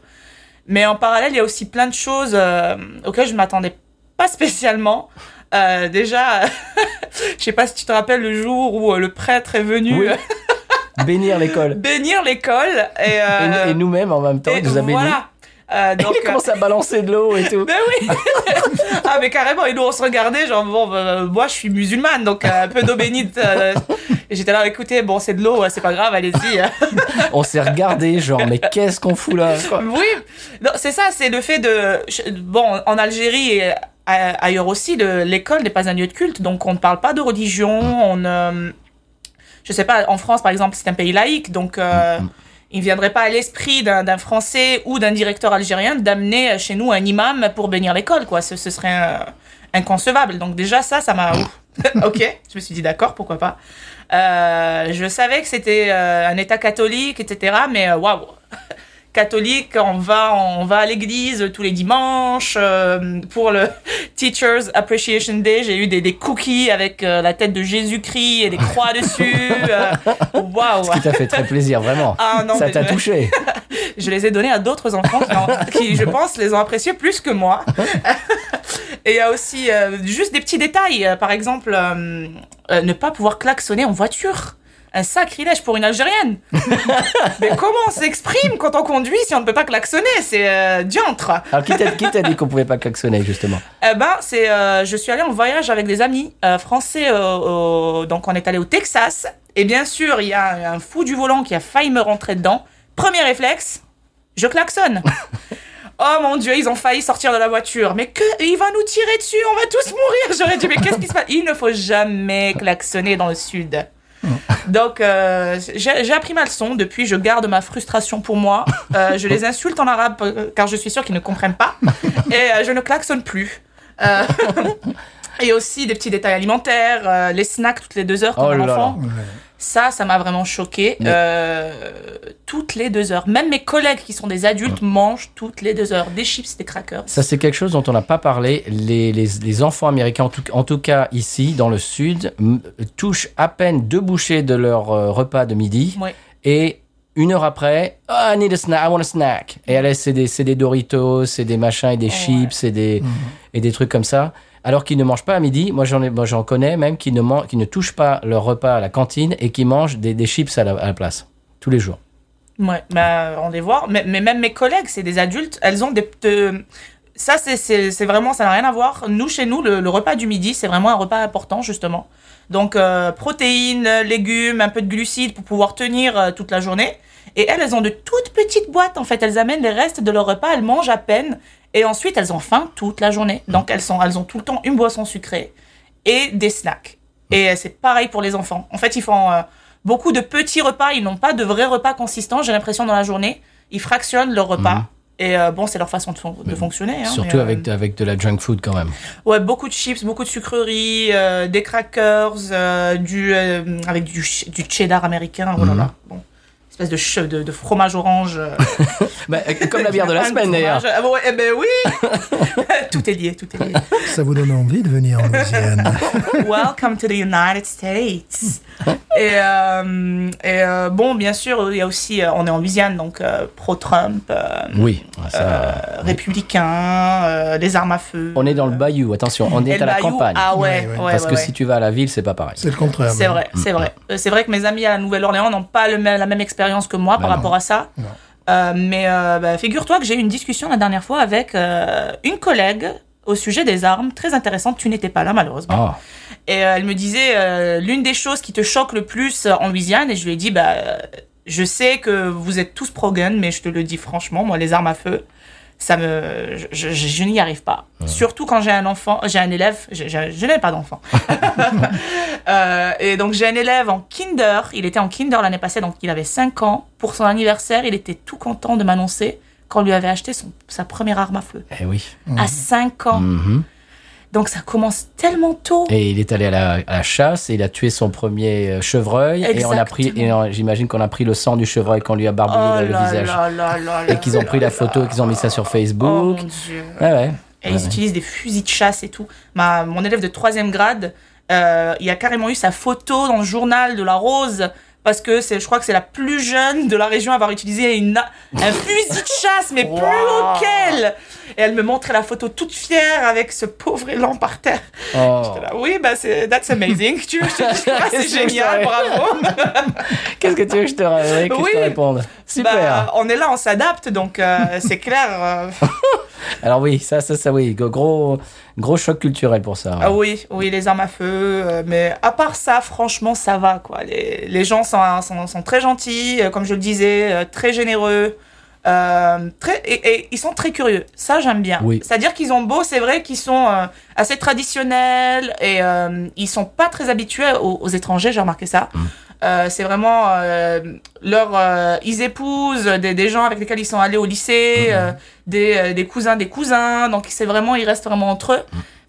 Mais en parallèle, il y a aussi plein de choses euh, auxquelles je m'attendais pas spécialement. Euh, déjà, *laughs* je sais pas si tu te rappelles le jour où euh, le prêtre est venu Oui. euh, Bénir l'école. *laughs* bénir l'école et, Et, nous- euh, et nous-mêmes en même temps, et ils nous a bénis. voilà. Euh, *laughs* donc, il commence à balancer de l'eau et tout. Mais oui Ah mais carrément, et nous on se regardait, genre bon, bah, moi je suis musulmane, donc euh, un peu d'eau bénite. euh, et j'étais là, écoutez, bon c'est de l'eau, hein, c'est pas grave, allez-y. hein. On s'est regardé, genre, mais qu'est-ce qu'on fout là quoi. oui, non, c'est ça, c'est le fait de... je- Bon, en Algérie et a- ailleurs aussi, le- l'école n'est pas un lieu de culte, donc on ne parle pas de religion, on... euh, je sais pas, en France par exemple, c'est un pays laïque, donc... euh, Il ne viendrait pas à l'esprit d'un d'un Français ou d'un directeur algérien d'amener chez nous un imam pour bénir l'école, quoi. Ce, ce serait euh, inconcevable. Donc déjà ça, ça m'a... Ouf. *laughs* ok, je me suis dit d'accord, pourquoi pas. Euh, je savais que c'était euh, un État catholique, etc. Mais euh, waouh, *laughs* catholique, on va, on va à l'église tous les dimanches euh, pour le *laughs* Teachers Appreciation Day. J'ai eu des, des cookies avec euh, la tête de Jésus-Christ et *laughs* des croix dessus. Euh, Waouh. Ce qui t'a fait très plaisir, vraiment. Ah non, ça mais t'a je- touché. je les ai donnés à d'autres enfants qui, en- qui, je pense, les ont appréciés plus que moi. *laughs* Et il y a aussi euh, juste des petits détails. Euh, Par exemple, euh, euh, ne pas pouvoir klaxonner en voiture. Un sacrilège pour une Algérienne. Mais comment on s'exprime quand on conduit si on ne peut pas klaxonner C'est euh, diantre. Alors, qui t'a, qui t'a dit qu'on pouvait pas klaxonner, justement Eh ben, c'est, euh, je suis allée en voyage avec des amis euh, français, euh, au- donc on est allé au Texas. Et bien sûr, il y a un, un fou du volant qui a failli me rentrer dedans. Premier réflexe, *laughs* je klaxonne. oh mon dieu, ils ont failli sortir de la voiture. Mais que, il va nous tirer dessus, on va tous mourir. J'aurais dit, mais qu'est-ce qui se passe Il ne faut jamais klaxonner dans *laughs* le sud. Donc, euh, j'ai j'ai appris ma leçon. Depuis, je garde ma frustration pour moi. Euh, je les insulte en arabe euh, car je suis sûre qu'ils ne *laughs* comprennent pas. Et euh, je ne klaxonne plus. Euh, et aussi des petits détails alimentaires, euh, les snacks toutes les deux heures comme Oh un là là. enfant. Ça, ça m'a vraiment choqué. Euh, Mais- toutes les deux heures. Même mes collègues qui sont des adultes mangent toutes les deux heures des chips, des crackers. Ça, c'est quelque chose dont on n'a pas parlé. Les, les, les enfants américains, en tout, en tout cas ici, dans le Sud, m- touchent à peine deux bouchées de leur euh, repas de midi. Ouais. Et une heure après, oh, I need a snack, I want a snack. Et allez, c'est des, c'est des Doritos, c'est des machins et des chips et, des, et des trucs comme ça. Alors qu'ils ne mangent pas à midi. Moi, j'en ai- moi, j'en connais même qui ne, man- qui ne touchent pas leur repas à la cantine et qui mangent des, des chips à la, à la place. Tous les jours. Ouais, bah, on les voit. Mais, mais même mes collègues, c'est des adultes, elles ont des. de- ça, c'est- c'est c'est vraiment, ça n'a rien à voir. Nous, chez nous, le, le repas du midi, c'est vraiment un repas important, justement. Donc, euh, protéines, légumes, un peu de glucides pour pouvoir tenir euh, toute la journée. Et elles, elles ont de toutes petites boîtes, en fait. Elles amènent les restes de leur repas, elles mangent à peine. Et ensuite, elles ont faim toute la journée. Donc, elles, sont, elles ont tout le temps une boisson sucrée et des snacks. Et euh, c'est pareil pour les enfants. En fait, ils font euh, beaucoup de petits repas. Ils n'ont pas de vrais repas consistants, j'ai l'impression, dans la journée. Ils fractionnent leur repas. Et euh, bon, c'est leur façon de, fon- de fonctionner. hein, Mhm. Surtout mais, avec, euh, avec de la junk food quand même. ouais, beaucoup de chips, beaucoup de sucreries, euh, des crackers, euh, du, euh, avec du, ch- du cheddar américain. Mhm. Oh là là. Bon. Espèce de, che- de, de fromage orange. euh, Bah, euh, comme *laughs* la bière de la *laughs* pain semaine d'ailleurs. fromage. Ah bon, eh ben oui *laughs* Tout est lié, tout est lié. Ça vous donne envie de venir en Louisiane. *laughs* Welcome to the United States. et euh, et, euh, bon, bien sûr, il y a aussi, euh, on est en Louisiane, donc euh, pro-Trump, euh, Oui, ça, euh, républicain, euh, les armes à feu. on est dans le bayou, attention, on Et est le à la Bayou, campagne. Ah ouais, Ouais, ouais. ouais, Parce ouais, que ouais. si tu vas à la ville, c'est pas pareil. C'est le contraire. C'est mais- vrai, c'est vrai. Euh, C'est vrai que mes amis à la Nouvelle-Orléans n'ont pas le même- la même expérience que moi Bah par non. rapport à ça. Non. Euh, mais euh, bah, figure-toi que j'ai eu une discussion la dernière fois avec euh, une collègue au sujet des armes, très intéressante. Tu n'étais pas là malheureusement. Ah, Et euh, elle me disait euh, l'une des choses qui te choque le plus euh, en Louisiane. Et je lui ai dit bah euh, je sais que vous êtes tous pro-gun, mais je te le dis franchement, moi les armes à feu, ça me, je, je- je n'y arrive pas. Surtout quand j'ai un enfant, j'ai un élève, j'ai- j'ai- je n'ai pas d'enfant. Euh, et donc j'ai un élève en kinder, il était en kinder l'année passée, donc il avait 5 ans. Pour son anniversaire, il était tout content de m'annoncer qu'on lui avait acheté son, sa première arme à feu. eh oui. À 5 ans. Mhm. Donc ça commence tellement tôt. Et il est allé à la, à la chasse et il a tué son premier euh, chevreuil. Et on a pris, et on- j'imagine qu'on a pris le sang du chevreuil qu'on lui a barbouillé dans le visage. Oh là là Et qu'ils ont pris la photo et qu'ils ont mis ça sur Oh Facebook. mon Dieu. Ouais, ouais. Et ils utilisent des fusils de chasse et tout. Ma, mon élève de troisième grade, euh, il a carrément eu sa photo dans le journal de la rose parce que c'est, je crois que c'est la plus jeune de la région à avoir utilisé une, a- un fusil de chasse, mais plus haut qu'elle. Et elle me montrait la photo toute fière avec ce pauvre élan par terre. Oh. J'étais là, oui, bah c'est that's amazing. Tu vois, je te *laughs* dis pas, c'est Qu'est-ce que génial, je bravo. Qu'est-ce que tu veux que je te, ré- que je te Oui. réponde Super. Bah, on est là, on s'adapte, donc euh, c'est clair. euh, Alors oui, ça, ça, ça, oui, gros- gros, gros choc culturel pour ça. Ah oui, oui, les armes à feu. euh, Mais à part ça, franchement, ça va, quoi. Les, les gens sont, sont, sont très gentils, euh, comme je le disais, euh, très généreux. euh, très, et, et ils sont très curieux. Ça, j'aime bien. Oui. C'est-à-dire qu'ils ont beau, c'est vrai qu'ils sont euh, assez traditionnels et euh, ils sont pas très habitués aux, aux étrangers, j'ai remarqué ça. Euh, c'est vraiment euh, leur euh, ils épousent des, des gens avec lesquels ils sont allés au lycée euh, des, euh, des cousins des cousins donc c'est vraiment ils restent vraiment entre eux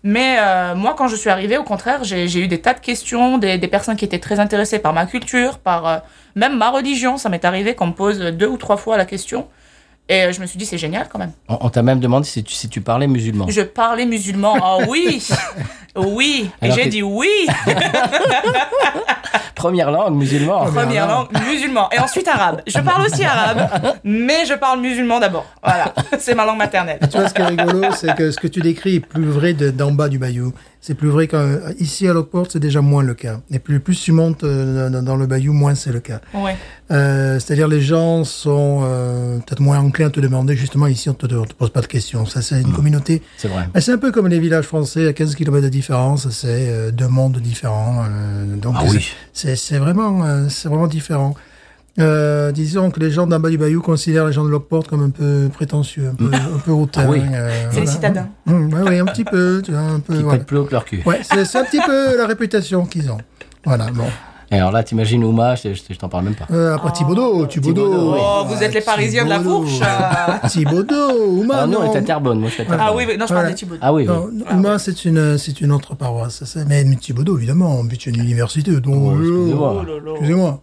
mais euh, moi quand je suis arrivée au contraire j'ai j'ai eu des tas de questions des, des personnes qui étaient très intéressées par ma culture par euh, même ma religion ça m'est arrivé qu'on me pose deux ou trois fois la question et euh, je me suis dit c'est génial quand même On, on t'a même demandé si tu, si tu parlais musulman. je parlais musulman *laughs* ah oui oui et Alors j'ai que- dit oui Première langue, musulman. Première langue. langue, musulman. Et ensuite arabe. Je parle aussi arabe, mais je parle musulman d'abord. *laughs* Voilà, c'est ma langue maternelle. Tu vois, ce qui est rigolo, c'est que ce que tu décris est plus vrai de- d'en bas du bayou. C'est plus vrai qu'ici à Lockport, c'est déjà moins le cas. Et plus, plus tu montes euh, dans, dans le bayou, moins c'est le cas. Ouais. Euh, C'est-à-dire les gens sont euh, peut-être moins enclins à te demander, justement, ici, on ne te, on te pose pas de questions. Ça, c'est une communauté. C'est vrai. Mais Ah, c'est un peu comme les villages français, à 15 km de différence, c'est euh, deux mondes différents. euh, donc Ah c'est- oui. c'est c'est vraiment, euh, c'est vraiment différent. Euh, disons que les gens d'en bas du bayou considèrent les gens de Lockport comme un peu prétentieux, un peu, un peu hautains. Ah oui. euh, C'est les voilà. citadins. Mmh, ouais, ouais, un petit peu, tu vois, un peu. Qui voilà. pètent plus haut que leur cul. Ouais, c'est c'est un petit peu la réputation qu'ils ont. Voilà, bon. Et alors là, t'imagines Ouma, je, je- je t'en parle même pas. Euh, après Thibaudot, Thibaudot. Thibaudot, oui. Oh, vous êtes les Parisiens de la Thibaudot. fourche. euh. Thibaudot, Ouma, Ah non, non. on est à Terrebonne, moi je suis à Terrebonne. Ah oui, oui, non, je parle Voilà. de Thibaut. Ah oui, oui. Non, Ouma, c'est une, c'est une autre paroisse. c'est- Mais Thibaudot, évidemment, on bute une université. Donc, euh, excusez-moi. Oh là là. *laughs* excusez-moi.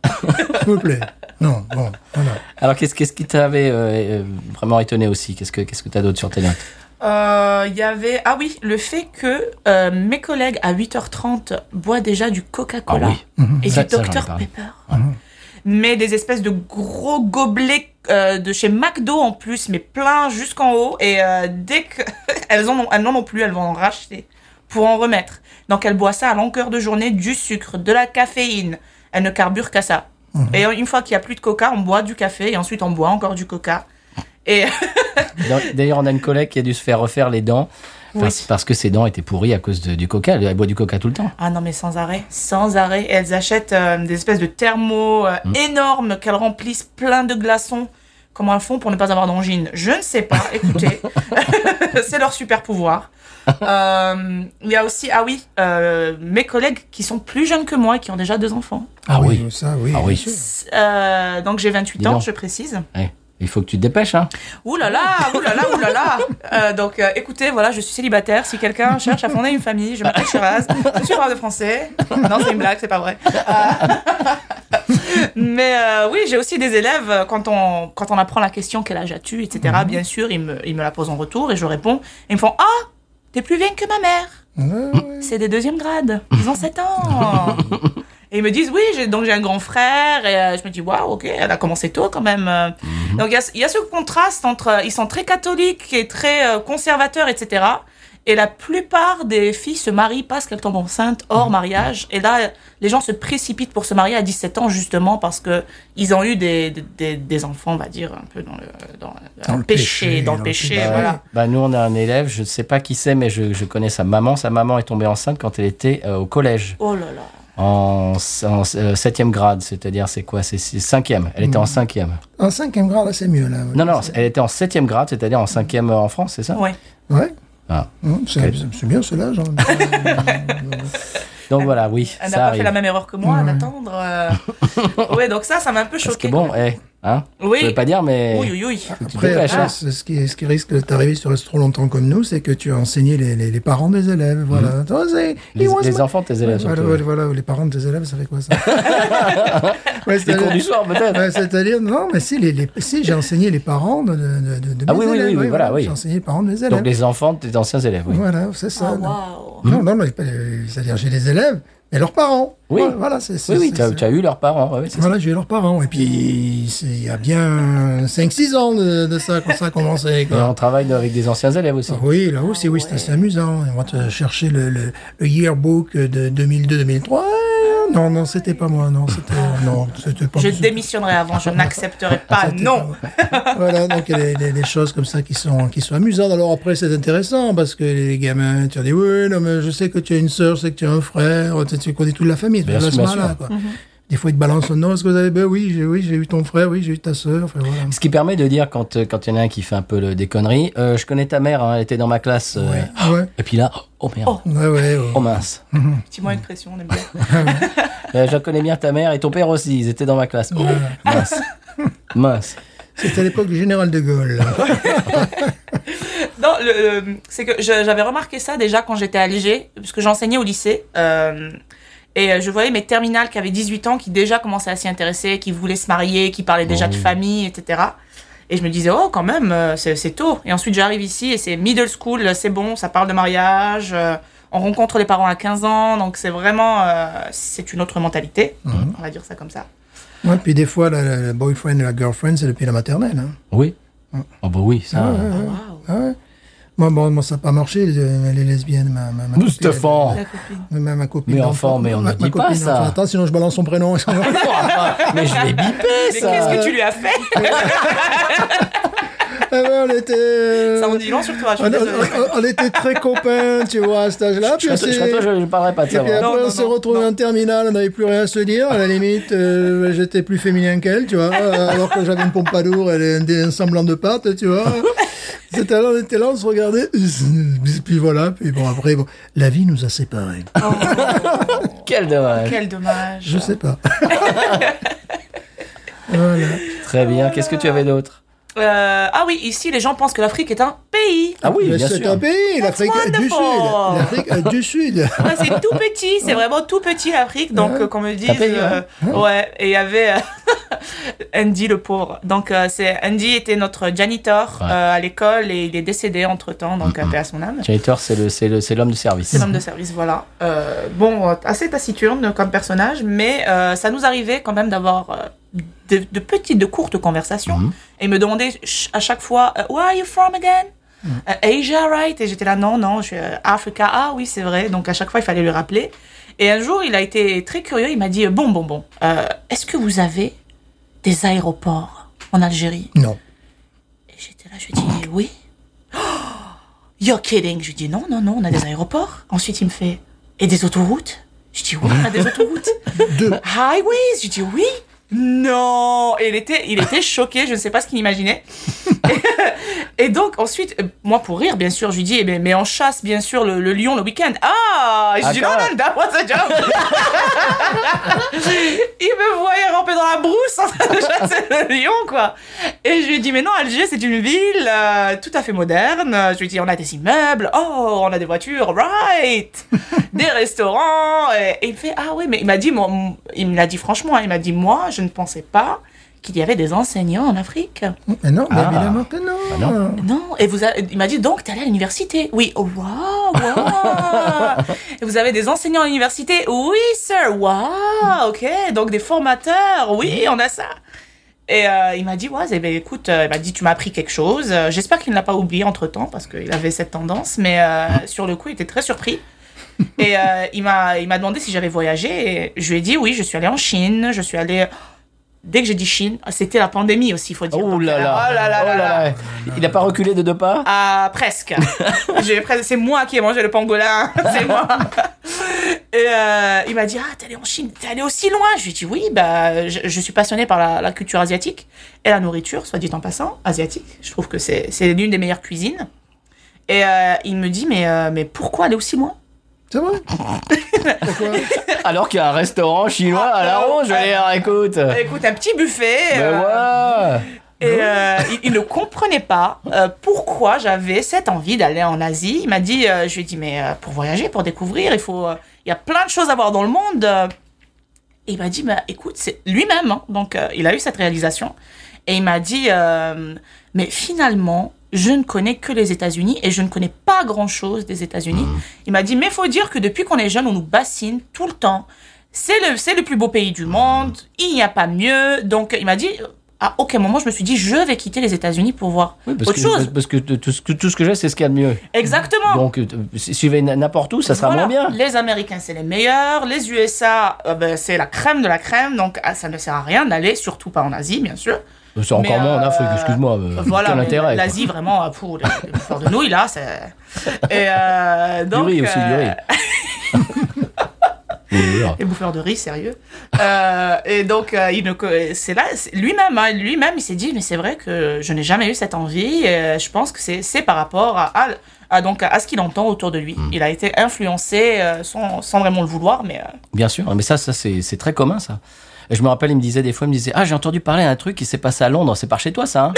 S'il vous plaît. Non, bon, voilà. Alors qu'est-ce qu'est-ce qui t'avait euh, euh, vraiment étonné aussi Qu'est-ce que qu'est-ce que t'as d'autre sur tes notes Euh, Il y avait. Ah oui, le fait que euh, mes collègues à 8h30 boivent déjà du Coca-Cola Ah oui. et Ça- du ça, j'en ai Dr parlé. Mmh. Pepper. Mais des espèces de gros gobelets euh, de chez McDo en plus, mais plein jusqu'en haut. Et euh, dès que *laughs* elles en ont, elles n'en ont plus, elles vont en racheter pour en remettre. Donc elles boivent ça à longueur de journée, du sucre, de la caféine. Elles Mmh. ne carburent qu'à ça. Et une fois qu'il y a plus de coca, on boit du café et ensuite on boit encore du coca. Et Dans- D'ailleurs, on a une collègue qui a dû se faire refaire les dents Oui. parce, parce que ses dents étaient pourries à cause de- du coca. Elle boit du coca tout le temps. Ah non, mais sans arrêt, sans arrêt. Et elles achètent euh, des espèces de thermos euh, Mm. énormes qu'elles remplissent plein de glaçons. Comment elles font pour ne pas avoir d'angine Je ne sais pas, *laughs* écoutez. *laughs* C'est leur super pouvoir. Euh, Il y a aussi, ah oui, euh, mes collègues qui sont plus jeunes que moi et qui ont déjà deux enfants. Ah oui. ça, oui. Ah oui. bien sûr. Euh, donc j'ai 28 Dis ans, donc. je précise. Ouais. Il faut que tu te dépêches, hein. Ouh là là, ouh là là, ouh là là. Euh, donc euh, écoutez, voilà, je suis célibataire. Si quelqu'un cherche à fonder une famille, je m'appelle Shiraz, je suis prof de français. Non, c'est une blague, c'est pas vrai. Euh, *laughs* Mais euh, oui, j'ai aussi des élèves, euh, quand on, quand on apprend la question quel âge as-tu, etc., bien sûr, ils me, ils me la posent en retour et je réponds. Ils me font Ah, t'es plus vieille que ma mère. Ouais, ouais. C'est des deuxièmes grades. Ils ont *laughs* 7 ans. Et ils me disent, oui, j'ai- donc j'ai un grand frère. Et euh, je me dis, waouh, ok, elle a commencé tôt quand même. Euh, Mhm. Donc il y a, ce- il y a ce contraste entre, euh, ils sont très catholiques et très euh, conservateurs, etc. Et la plupart des filles se marient parce qu'elles tombent enceintes Mhm. hors mariage. Et là, les gens se précipitent pour se marier à 17 ans, justement, parce que ils ont eu des, des, des enfants, on va dire, un peu dans le, dans, Dans le péché, Dans dans le le péché, péché. voilà. Bah, nous, on a un élève, je ne sais pas qui c'est, mais je, je connais sa maman. Sa maman est tombée enceinte quand elle était euh, au collège, Oh là là. en, en euh, septième grade, c'est-à-dire c'est quoi C'est six- cinquième. Elle était Mm. en cinquième. En cinquième grade, là, c'est mieux, là. ouais. Non, non, elle était en septième grade, c'est-à-dire en cinquième euh, en France, c'est ça Mm. Ouais. Ouais. Ah. Mmh, C'est c'est bien, cela, *laughs* genre. Donc voilà, oui, Elle n'a ça pas fait arrive. la même erreur que moi Ouais. d'attendre. *laughs* euh. ouais, donc ça, ça m'a un peu choqué. Parce que bon, eh, hein Oui. Je ne pas dire, mais Oui, oui, oui. tu te Après, dépêches, après, hein. ce ce qui, ce qui risque de t'arriver sur trop longtemps comme nous, c'est que tu as enseigné les, les, les parents des élèves. Voilà. Oh, c'est- Mhm. Les, he was les my- enfants, tes élèves, Voilà, surtout. voilà, voilà, les parents des élèves, ça fait *laughs* quoi ça ouais, Les cours c'est-à-dire- du soir, peut-être. *laughs* Ouais, C'est-à-dire, Ben, non, mais si, les, les- si j'ai enseigné les parents de, de, de, de Ah mes oui, oui, élèves. oui, oui, ouais, voilà, oui. J'ai enseigné les parents de mes élèves. Donc les enfants de tes anciens élèves, oui. Voilà, c'est Ah, ça. donc. waouh. Non, non, non, euh, c'est-à-dire j'ai les élèves, mais leurs parents. Oui. Voilà, voilà, c'est c'est- Oui, oui, c'est- tu as, c'est- tu as eu leurs parents, ouais, ouais, c'est ça. Voilà, j'ai eu leurs parents. Et puis, c'est- il y a bien 5-6 ans de, de ça quand ça a commencé. Et on Quoi. travaille avec des anciens élèves aussi. Ah Oui, là aussi, oui, c'est assez amusant. On va te chercher le, le, le yearbook de 2002-2003. Non, non, c'était pas moi. Non, c'était non, c'était pas Je moi. démissionnerai *laughs* avant, je n'accepterai pas. C'était Non. pas moi. Voilà, donc il y a des- des- des choses comme ça qui sont, qui sont amusantes. Alors après, c'est intéressant parce que les gamins, tu leur dis oui, non, mais je sais que tu as une sœur, je sais que tu as un frère, tu, tu connais toute la famille, tu Bien vois, sûr, à ce bien moment-là, sûr. quoi. Des fois, ils te balancent, non, est-ce que vous avez, ben oui, j'ai oui, j'ai eu ton frère, oui, j'ai eu ta sœur, enfin voilà. Ce qui permet de dire quand euh, quand il y en a un qui fait un peu le- des conneries, euh, je connais ta mère, hein, elle était dans ma classe. euh, Ouais, ouais, Et puis là, oh merde, oh, ouais, ouais, ouais. mince. Petit-moi une pression, on aime bien. Euh, je connais bien ta mère et ton père aussi, ils étaient dans ma classe. Oh, mince. *laughs* mince. C'était à l'époque du général de *laughs* Gaulle. Non, le, le- c'est que je- j'avais remarqué ça déjà quand j'étais à Léger, parce que j'enseignais au lycée. euh, et euh, je voyais mes terminales qui avaient 18 ans, qui déjà commençaient à s'y intéresser, qui voulaient se marier, qui parlaient déjà de famille, etc. Et je me disais, oh, quand même, euh, c'est c'est tôt. Et ensuite, j'arrive ici et c'est middle school, c'est bon, ça parle de mariage. euh, on rencontre les parents à 15 ans, donc c'est vraiment. euh, c'est une autre mentalité, on va dire ça comme ça. Ouais, puis des fois, la, la- la boyfriend et la girlfriend, c'est depuis la maternelle. hein. Oui. Oh bah oui, ça. euh, Waouh, Ah ouais. Moi, bon, moi, ça n'a pas marché, les, les lesbiennes. Ma, ma, ma Nous, copine, Stéphane. la copine. Ma- Ma, ma copine. Mais d'enfant- enfin, mais on ma- ne ma dit pas copine ça. d'enfant. Attends, sinon je balance son *laughs* prénom. Oh, enfin, mais je l'ai bipé, Mais ça. qu'est-ce que tu lui as fait Euh, Ah ouais, on était. euh, Ça en dit long sur toi, je on, suis on- désolée. on- on était très copains, tu vois, à cet âge-là. Puis, Je serais- c'est- je serais toi, je ne parlerai pas de et ça. puis moi. après, Non, non, on s'est non, retrouvés non. en terminale, on n'avait plus rien à se dire. À la limite, euh, j'étais plus féminin qu'elle, tu vois, euh, alors que j'avais une pompadour et un, un semblant de pâte, tu vois. C'était là, on était là, on se regardait. Puis voilà, puis bon, après, bon, la vie nous a séparés. Quel dommage. Quel dommage. Je sais pas. *laughs* voilà. Très bien. Qu'est-ce que tu avais d'autre Euh, ah oui, ici, les gens pensent que l'Afrique est un pays. Ah oui, Mais bien c'est sûr. un pays, l'Afrique du Sud. wonderful. L'Afrique euh, du Sud. Ouais, c'est tout petit, c'est vraiment tout petit l'Afrique. Donc, euh, qu'on me dise. payé, euh, ouais, et il y avait euh, *laughs* Andy le pauvre. Donc, euh, c'est Andy était notre janitor Ouais. euh, à l'école et il est décédé entre temps, donc euh, paix à son âme. Janitor, c'est le, c'est le, c'est l'homme de service. C'est l'homme de service, voilà. Euh, bon, euh, assez taciturne comme personnage, mais euh, ça nous arrivait quand même d'avoir euh, de, de petites, de courtes conversations. Mhm. Et il me demandait ch- à chaque fois, euh, Where are you from again? Euh, Asia, right? Et j'étais là, non, non, je suis euh, Africa. Ah oui, c'est vrai. Donc à chaque fois, il fallait le rappeler. Et un jour, il a été très curieux. Il m'a dit, Bon, bon, bon, euh, est-ce que vous avez des aéroports en Algérie? Non. Et j'étais là, je dis oui. *gasps* Oh, you're kidding. Je dis non, non, non, on a des aéroports. Ensuite, il me fait et des autoroutes. Je dis oui, on a des autoroutes. Deux. Highways. Je dis oui. Non. Et il était, il était choqué. Je ne sais pas ce qu'il imaginait. Et donc, ensuite, euh, moi, pour rire, bien sûr, je lui dis, eh ben, mais on chasse, bien sûr, le, le lion le week-end. Ah Et je dis, non, D'accord. non, that was a joke Il me voyait ramper dans la brousse en train de chasser le lion, quoi. Et je lui dis, mais non, Alger, c'est une ville euh, tout à fait moderne. Je lui dis, on a des immeubles, oh, on a des voitures, right Des restaurants. Et, et il me fait, ah oui, mais il m'a dit, moi, m- il me l'a dit franchement, hein, il m'a dit, moi, je ne pensais pas qu'il y avait des enseignants en Afrique. Mais non, mais Ah. évidemment que non. non. Non, et vous a- il m'a dit donc t'es allé à l'université. Oui, oh, waouh, waouh. Et vous avez des enseignants à l'université. Oui, sir, waouh, ok. Donc des formateurs, oui, on a ça. Et euh, il m'a dit ouais, eh ben, écoute, euh, il m'a dit tu m'as appris quelque chose. Euh, J'espère qu'il ne l'a pas oublié entre temps parce qu'il avait cette tendance, mais euh, sur le coup il était très surpris. Et euh, il m'a il m'a demandé si j'avais voyagé. Et je lui ai dit oui, je suis allée en Chine, je suis allée. Dès que j'ai dit Chine, ah, c'était la pandémie aussi, il faut dire. Oh Donc, là là. Oh là là là là. là. Il n'a pas reculé de deux pas Ah, *laughs* presque. J'ai presque- C'est moi qui ai mangé le pangolin. *laughs* C'est moi. Et euh, il m'a dit Ah, t'es allé en Chine, t'es allé aussi loin. Je lui ai dit Oui, bah, je, je suis passionnée par la, la culture asiatique et la nourriture, soit dit en passant, asiatique. Je trouve que c'est c'est l'une des meilleures cuisines. Et euh, il me dit mais, euh, mais pourquoi aller aussi loin C'est vrai. Pourquoi Alors qu'il y a un restaurant chinois à la Ah, ronde, je ah. vais dire, écoute. Écoute, un petit buffet. Ben euh, ouais. Et euh, il, il ne comprenait pas euh, pourquoi j'avais cette envie d'aller en Asie. Il m'a dit, euh, je lui ai dit, mais euh, pour voyager, pour découvrir, il faut, euh, il y a plein de choses à voir dans le monde. euh. Et il m'a dit, bah, écoute, c'est lui-même. hein. Donc, euh, il a eu cette réalisation. Et il m'a dit, euh, mais finalement, je ne connais que les États-Unis et je ne connais pas grand-chose des États-Unis. Mmh. Il m'a dit, mais faut dire que depuis qu'on est jeune, on nous bassine tout le temps. C'est le, c'est le plus beau pays du monde. Il n'y a pas mieux. Donc, il m'a dit, à aucun moment, je me suis dit, je vais quitter les États-Unis pour voir Oui, parce autre que, chose. Parce que tout ce que, tout ce que j'ai, c'est ce qu'il y a de mieux. Exactement. Donc, euh, si si je vais n'importe où, ça sera Voilà. moins bien. Les Américains, c'est les meilleurs. Les USA, euh, ben, c'est la crème de la crème. Donc, ah, ça ne sert à rien d'aller, surtout pas en Asie, bien sûr. C'est encore Mais, moins en euh, Afrique, excuse-moi. euh, voilà, Mmh. quel mais intérêt quoi. l'Asie vraiment euh, pour les, les fleurs de nouilles là, c'est et *laughs* euh, Du donc riz aussi, du euh, riz. Oui, voilà. *laughs* les bouffeurs de riz sérieux. Euh, et donc euh, il ne co- c'est là c'est- lui-même hein, lui-même il s'est dit mais c'est vrai que je n'ai jamais eu cette envie. euh, je pense que c'est c'est par rapport à, à- à donc à ce qu'il entend autour de lui. Mmh. Il a été influencé euh, sans, sans vraiment le vouloir, mais euh, *laughs* Bien sûr, mais ça, ça c'est c'est très commun, ça. Et je me rappelle, il me disait des fois, il me disait, ah, j'ai entendu parler d'un truc qui s'est passé à Londres, c'est par chez toi, ça. hein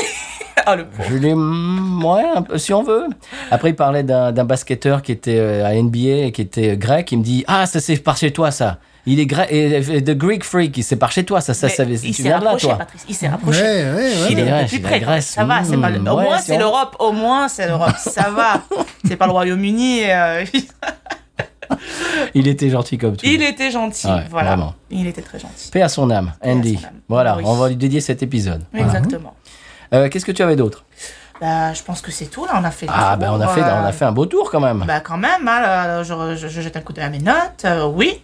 ah, le pauvre. Je l'ai, mm, ouais, un peu, si on veut. Après, il parlait d'un d'un basketteur qui était euh, à NBA et qui était euh, grec. Il me dit, ah, ça c'est par chez toi, ça. Il est grec, et, et The Greek Freak, c'est par chez toi, ça, ça, Mais ça, il tu s'est viens de là, rapproché, toi. Patrice. Il s'est Ouais, rapproché. ouais, Il ouais. est la un peu Grèce, plus il est la près. Grèce. Ça va, c'est pas le- Mmh, au ouais, moins si c'est on- l'Europe, au moins *laughs* c'est l'Europe, ça va. C'est pas le Royaume-Uni. euh, Il était gentil comme tout. Il était gentil, Ouais, voilà. vraiment. Il était très gentil. Paix à son âme, à Andy. son âme. Voilà, Oui. on va lui dédier cet épisode. Exactement. Euh, Qu'est-ce que tu avais d'autre Bah, je pense que c'est tout là, on a fait. le Ah, tour, ben on a fait, euh, on a fait un beau tour quand même. Bah quand même, hein, là, là, je, re- je- je jette un coup d'œil à mes notes. euh, oui.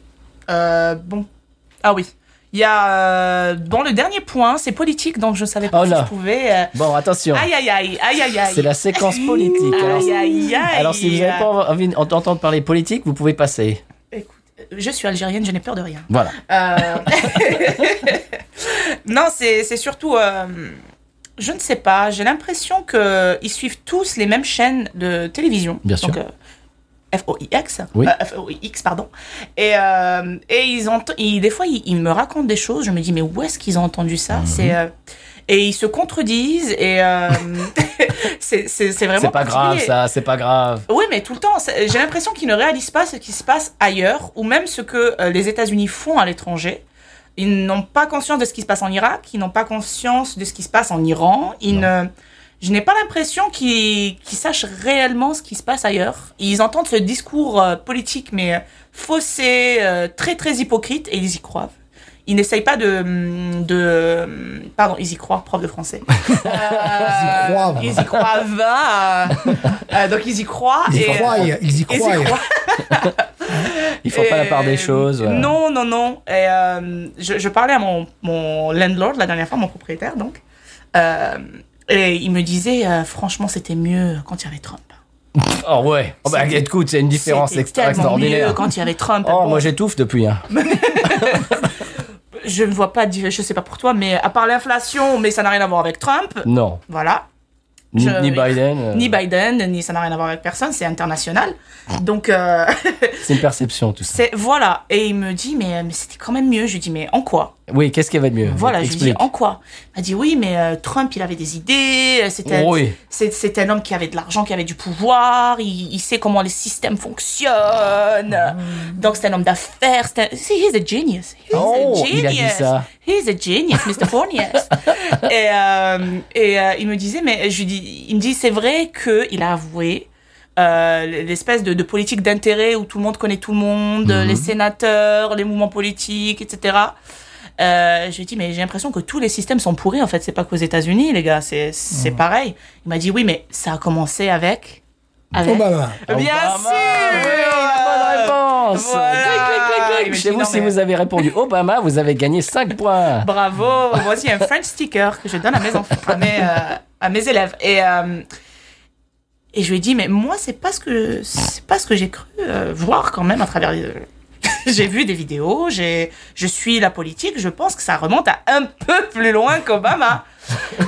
Euh, bon. Ah oui. Il y a euh, bon le dernier point, c'est politique, donc je savais pas Oh si là. je pouvais. euh, Bon, attention, Aïe aïe aïe aïe aïe aïe. c'est la séquence politique. Alors, Aïe aïe aïe. alors, si vous n'avez pas envie d'entendre parler politique, vous pouvez passer. Écoute, euh, je suis algérienne, je n'ai peur de rien. Voilà. Euh, *laughs* non, c'est c'est surtout. euh, je ne sais pas, j'ai l'impression qu'ils suivent tous les mêmes chaînes de télévision. Bien sûr. Donc, euh, FOIX. Oui. euh, FOIX, pardon. Et, euh, et ils ont, ils- des fois, ils, ils me racontent des choses. Je me dis, mais où est-ce qu'ils ont entendu ça Mhm. C'est. euh, et ils se contredisent et euh, *laughs* c'est c'est- c'est vraiment C'est pas grave, particulier. ça, c'est pas grave. Oui, mais tout le temps. C'est- J'ai l'impression qu'ils ne réalisent pas ce qui se passe ailleurs ou même ce que euh, les États-Unis font à l'étranger. Ils n'ont pas conscience de ce qui se passe en Irak, ils n'ont pas conscience de ce qui se passe en Iran. Ils ne... Je n'ai pas l'impression qu'ils qu'ils sachent réellement ce qui se passe ailleurs. Ils entendent ce discours euh, politique, mais euh, faussé, euh, très très hypocrite, et ils y croient. Ils n'essayent pas de, mm, de... mm, Pardon, ils y croient, prof de français. Euh, Ils y croient. Ils y croient, va. Euh, donc ils y croient. Ils et, euh, y croient, ils y ils y croient. croient. Ils font pas la part des Et- choses. ouais. Euh, Non, non, non. Et, euh, je, je parlais à mon, mon landlord la dernière fois, mon propriétaire, donc. Euh, Et il me disait, euh, franchement, c'était mieux quand il y avait Trump. Oh ouais. Oh bah, C'était- écoute, c'est une différence C'était extra- tellement extraordinaire. mieux quand Bah, il y avait Trump. Oh, Bon, moi j'étouffe depuis. hein. je ne vois pas, de- je sais pas pour toi, mais à part l'inflation, mais ça n'a rien à voir avec Trump. Non. Voilà. Ni, Je- ni Biden. euh, Ni Biden, ni ça n'a rien à voir avec personne, c'est international. Donc, euh, *laughs* C'est une perception, tout ça. c'est, voilà. Et il me dit, mais, mais c'était quand même mieux. Je lui dis, mais en quoi Oui, qu'est-ce qui va de mieux Voilà, je lui dis Explique. en quoi Il m'a dit oui, mais euh, Trump, il avait des idées, euh, c'était Oui. c'est- c'est un homme qui avait de l'argent, qui avait du pouvoir, il, il sait comment les systèmes fonctionnent. Ah. Donc c'est un homme d'affaires, c'est un... See, he's a genius. He's Oh, a il a dit genius. ça. He's a genius, *laughs* Mr. Fournier. et euh, et euh, il me disait, mais je lui dis, il me dit, c'est vrai qu'il a avoué euh, l'espèce de, de politique d'intérêt où tout le monde connaît tout le monde, Mm-hmm. les sénateurs, les mouvements politiques, etc. Euh, je lui ai dit, mais j'ai l'impression que tous les systèmes sont pourris, en fait. C'est pas qu'aux États-Unis, les gars, c'est c'est Mm. pareil. Il m'a dit, oui, mais ça a commencé avec. avec... Obama. Bien Obama. sûr Oui, la bonne réponse Euh, Voilà. Clic, clic, clic, clic. Il me Chez dit, vous, non, si mais- vous avez répondu Obama, vous avez gagné 5 points. Bravo, voici un French sticker que je donne à mes, enfants, à mes, euh, à mes élèves. Et, euh, et je lui ai dit, mais moi, c'est pas ce que, c'est pas ce que j'ai cru euh, voir quand même à travers les. *laughs* j'ai vu des vidéos, j'ai, je suis la politique, je pense que ça remonte à un peu plus loin qu'Obama.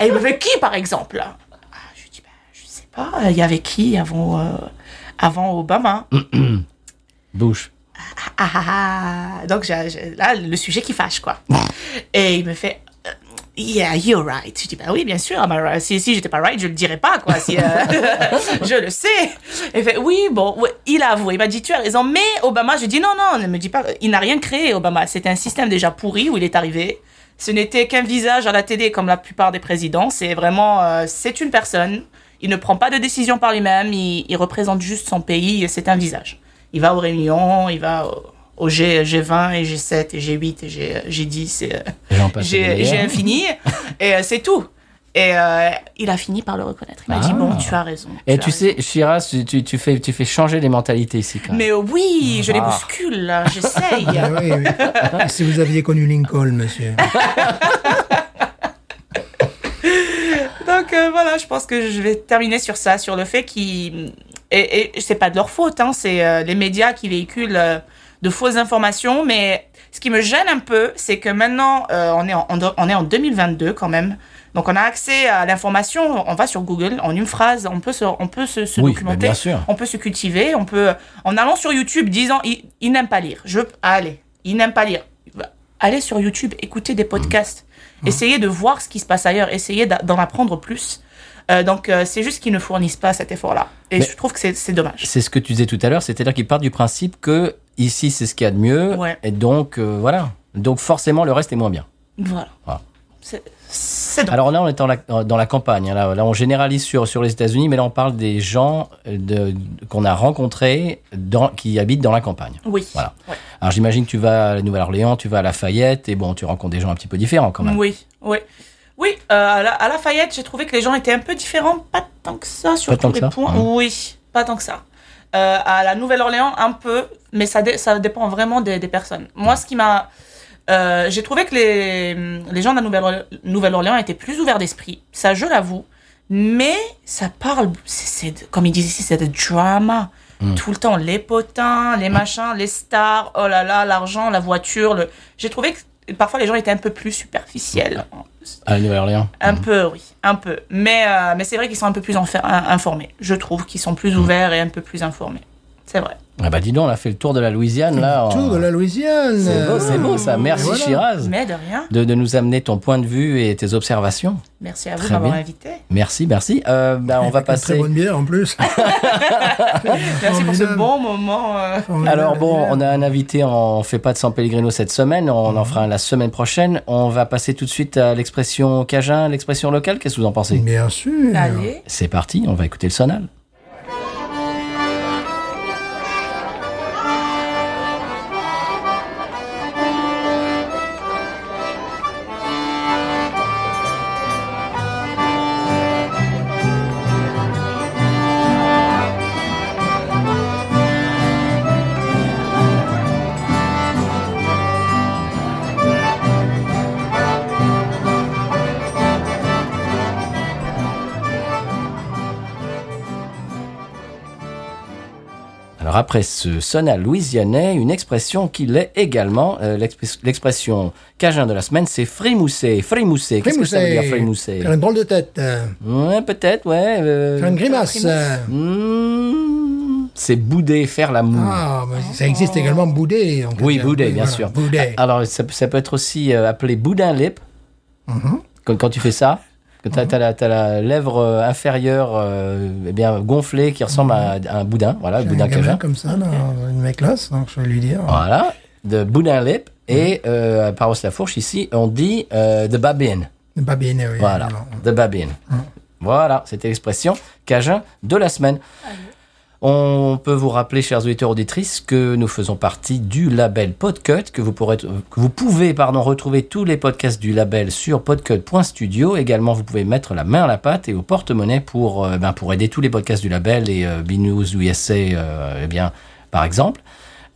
Et il me fait qui, par exemple Ah, Je lui ai dit, ben, je sais pas, il y avait qui avant, euh, avant Obama Bouche. ah, ah, ah. Donc j'ai- j'ai- là, le sujet qui fâche, quoi. Et il me fait, euh, yeah, you're right. Je dis, bah oui, bien sûr, I'm right. si, si j'étais pas right, je le dirais pas, quoi. Si, euh, *laughs* je le sais. Et il fait, oui, bon, ouais, il a avoué. Il m'a dit, tu as raison, mais Obama, je dis, non, non, ne me dis pas, il n'a rien créé, Obama. C'était un système déjà pourri où il est arrivé. Ce n'était qu'un visage à la télé, comme la plupart des présidents. C'est vraiment, euh, c'est une personne. Il ne prend pas de décision par lui-même. Il, il représente juste son pays et c'est un visage. Il va aux réunions, il va au, au G, 20 et G7 et G8 et G, G10 et euh, Et J'en passe. G- G derrière. infini. et euh, c'est tout. Et euh, il a fini par le reconnaître. Il m'a dit, Ah. bon, tu as raison. Et as tu sais, Shiraz, tu, tu- tu fais, tu fais changer les mentalités ici quand même. Mais oui, je les Ah. bouscule, là, *laughs* j'essaye. Ah oui, oui. *laughs* Et si vous aviez connu Lincoln, monsieur. Ah. Donc euh, voilà, je pense que je vais terminer sur ça, sur le fait qu'ils... Et, et c'est pas de leur faute, hein, c'est euh, les médias qui véhiculent euh, de fausses informations, mais ce qui me gêne un peu, c'est que maintenant, euh, on, est en, on, on est en 2022 quand même, donc on a accès à l'information, on va sur Google, en une phrase, on peut se, on peut se, se Oui, mais documenter, bien sûr. on peut se cultiver, on peut... En allant sur YouTube, disant, il, il n'aime pas lire, je... Allez, il n'aime pas lire. Allez sur YouTube, écoutez des podcasts. Mmh. Essayez de voir ce qui se passe ailleurs, essayez d'a- d'en apprendre plus. Euh, donc, euh, c'est juste qu'ils ne fournissent pas cet effort-là. Et Mais- je trouve que c'est c'est dommage. C'est ce que tu disais tout à l'heure, c'est-à-dire qu'ils partent du principe que ici c'est ce qu'il y a de mieux, Ouais. et donc euh, voilà. Donc forcément le reste est moins bien. Voilà. Voilà. C'est- C'est dommage. Alors là, on est dans la, dans la campagne. hein. Là, là, on généralise sur, sur les États-Unis, mais là, on parle des gens euh, de- qu'on a rencontrés dans, qui habitent dans la campagne. oui. Voilà. Ouais. Alors, j'imagine que tu vas à la Nouvelle-Orléans, tu vas à Lafayette, et bon, tu rencontres des gens un petit peu différents quand même. Oui, oui. Oui, euh, à, la, à Lafayette, j'ai trouvé que les gens étaient un peu différents, pas tant que ça sur Pas tous tant que les ça, points. hein. Oui, pas tant que ça. Euh, à la Nouvelle-Orléans, un peu, mais ça, dé- ça dépend vraiment des, des personnes. Moi, ce qui m'a. euh, j'ai trouvé que les, les gens de la Nouvelle- Nouvelle-Orléans étaient plus ouverts d'esprit, ça je l'avoue, mais ça parle, c'est c'est- comme ils disent ici, c'est de drama. Hmm. Tout le temps, les potins, les machins, les stars, oh là là, l'argent, la voiture. Le... J'ai trouvé que parfois les gens étaient un peu plus superficiels. À la Nouvelle-Orléans. Un peu, oui, un peu. Mais, euh, mais c'est vrai qu'ils sont un peu plus enfer- in- informés. Je trouve qu'ils sont Mm. plus ouverts et un peu plus informés. C'est vrai. Ah bah dis donc, on a fait le tour de la Louisiane, là. en- Tout de la Louisiane. C'est beau, c'est beau, ça. Merci, Euh, Voilà. Shiraz, Mais de rien, de, de nous amener ton point de vue et tes observations. merci à vous Très de m'avoir bien. invité. Merci, merci. Euh, bah, on va Avec une Très passer... bonne bière en plus. Merci pour ce Formidable. bon moment. euh. Formidable, *laughs* Alors la bon, bière. on a un invité, on fait pas de San Pellegrino cette semaine, on Mhm. en fera un la semaine prochaine. On va passer tout de suite à l'expression cajun, l'expression locale, qu'est-ce que vous en *laughs* pensez Bien sûr. Allez, C'est parti, on va écouter le sonal. après ce sona louisianais, une expression qui l'est également. Euh, l'express- L'expression cajun de la semaine, c'est frimousser. Frimousser. Qu'est-ce que ça veut dire frimousser Faire une drôle de tête. euh, Ouais, peut-être, ouais. euh, faire une grimace. euh. hmm, c'est bouder, faire l'amour. Ah, mais ça existe également boudé. en Oui, quelque- boudet, bien voilà, sûr. Ah, Boudé. A- Alors, ça, ça peut être aussi euh, appelé boudin lip. quand, quand tu fais ça, que tu as, la, t'as la lèvre euh, inférieure euh, eh bien, gonflée qui ressemble à, à un boudin. Voilà, le J'ai un ah, boudin gamin cajun. comme ça dans une de mes classes, donc je vais lui dire. Voilà, de boudin lip. Et euh, à Paros-la-Fourche, ici, on dit euh, de babine. Ne pas bien, oui. Mm. Voilà, non. de babine. Voilà, c'était l'expression cajun de la semaine. On peut vous rappeler, chers auditeurs auditrices, que nous faisons partie du label Podcut, que vous, pourrez, que vous pouvez pardon, retrouver tous les podcasts du label sur podcut.studio. Également, vous pouvez mettre la main à la pâte et au porte-monnaie pour, euh, ben, pour aider tous les podcasts du label et euh, BNews USA, euh, eh bien, par exemple.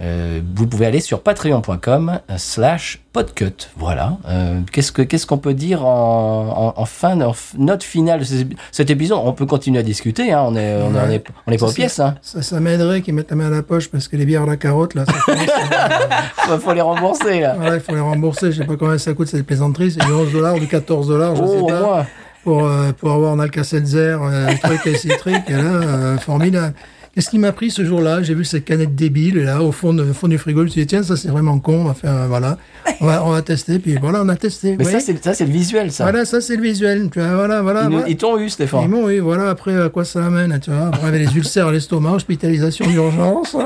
Euh, vous pouvez aller sur patreon.com euh, slash podcut. Voilà. Euh, qu'est-ce que qu'est-ce qu'on peut dire en, en- en fin, de- en f- note finale de ces- cet épisode On peut continuer à discuter, hein. on est on, en est, on est pas aux Ça, pièces. Hein. Ça, ça m'aiderait qu'ils mettent la main à la poche parce que les bières à la carotte, là, ça commence à- Faut, faut les rembourser là. voilà, il faut les rembourser. Je sais pas combien ça coûte cette plaisanterie. C'est du 11 dollars ou du 14 dollars, je Oh, sais *laughs* au pas. moins. Pour, euh, pour avoir un Alka-Seltzer, euh, un truc et ces trucs. Et là, euh, formidable. Qu'est-ce qui m'a pris ce jour-là J'ai vu cette canette débile. Et là, au fond, de- au fond du frigo, je me suis dit, tiens, ça c'est vraiment con. On va faire, euh, voilà. On va, on va tester. Puis voilà, on a testé. Mais Vous ça voyez c'est ça c'est le visuel ça. Voilà, ça c'est le visuel. Tu vois, voilà, voilà. Ils nous- voilà. ils t'ont eu Stéphane. Ils m'ont eu, voilà, après, à quoi ça amène, tu vois. Après, avec les ulcères à l'estomac, hospitalisation *laughs* d'urgence.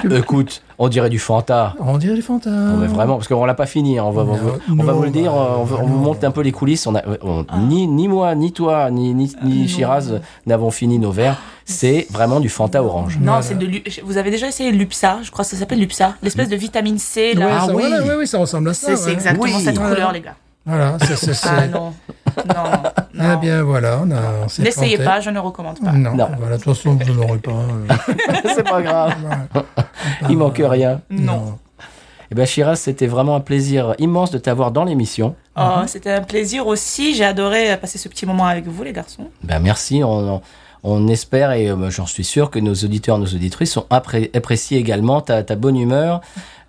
Tu- Écoute, on dirait du Fanta. On dirait les fantômes. Non, mais vraiment, parce qu'on l'a pas fini. hein. On va, on va- on va non, vous le dire. bah, on va- on non. vous montre un peu les coulisses. On a, euh, on- ni, ni moi, ni toi, ni, ni, ni Shiraz n'avons fini nos verres. C'est vraiment du Fanta orange. Non, c'est de l'u- Vous avez déjà essayé l'Upsa, je crois que ça s'appelle l'Upsa, l'espèce de vitamine C Ouais, là. ça, oui. voilà, ouais, oui, ça ressemble à ça. Ah C'est c'est ouais. exactement Oui. cette Voilà. couleur, les gars. Voilà, c'est c'est- c'est- Ah non. *laughs* Non. Eh non. bien, voilà, on a- on s'est N'essayez planté. pas, je ne recommande pas. Non, Non. voilà, de toute façon, vous n'aurez pas. euh, *laughs* c'est pas grave. voilà. *laughs* Il manque rien. *laughs* Mm. Non. Eh ben Shiraz, c'était vraiment un plaisir immense de t'avoir dans l'émission. Oh, Mm-hmm. C'était un plaisir aussi. J'ai adoré passer ce petit moment avec vous, les garçons. Oh, Ben merci. On, on espère et euh, ben, j'en suis sûr que nos auditeurs, nos auditrices ont appré- apprécié également ta, ta bonne humeur,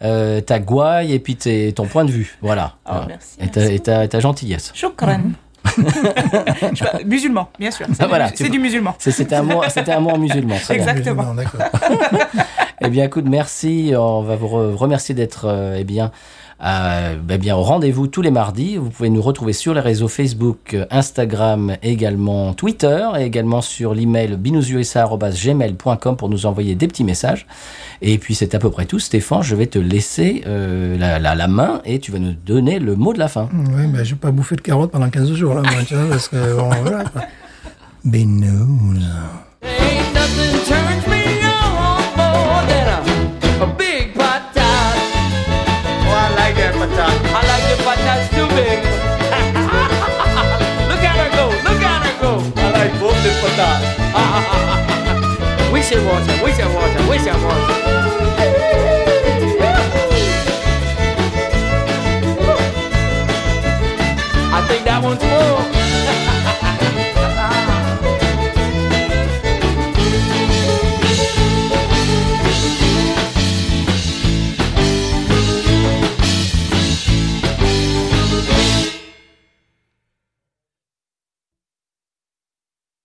euh, ta gouaille et puis tes- ton point de vue. Voilà. Oh, Voilà. merci, Et ta- merci. et ta- et ta gentillesse. Choukran. *laughs* Je sais pas, musulman, bien sûr. C'est Ah, du- voilà, c'est tu- du musulman. C'est- C'était un mot, c'était un mot en musulman. Très bien. Exactement. Non, d'accord. Eh bien, écoute, merci. On va vous re- remercier d'être, euh, eh bien, à- eh bien, au rendez-vous tous les mardis. Vous pouvez nous retrouver sur les réseaux Facebook, euh, Instagram, également Twitter, et également sur l'email binoususa@gmail.com pour nous envoyer des petits messages. Et puis, c'est à peu près tout. Stéphane, je vais te laisser euh, la, la- la main et tu vas nous donner le mot de la fin. Mm, Oui, mais je n'ai pas bouffé de carottes pendant 15 jours, là, moi, tu vois, parce que, bon, voilà. *laughs* quoi. Binouze. Ain't nothing turns me on more than a, a big patat. Oh, I like that patat. I like the patats too big. *laughs* look at her go, look at her go. I like both the *laughs* patats. we should watch her, we should watch her, we should watch her. I think that one's for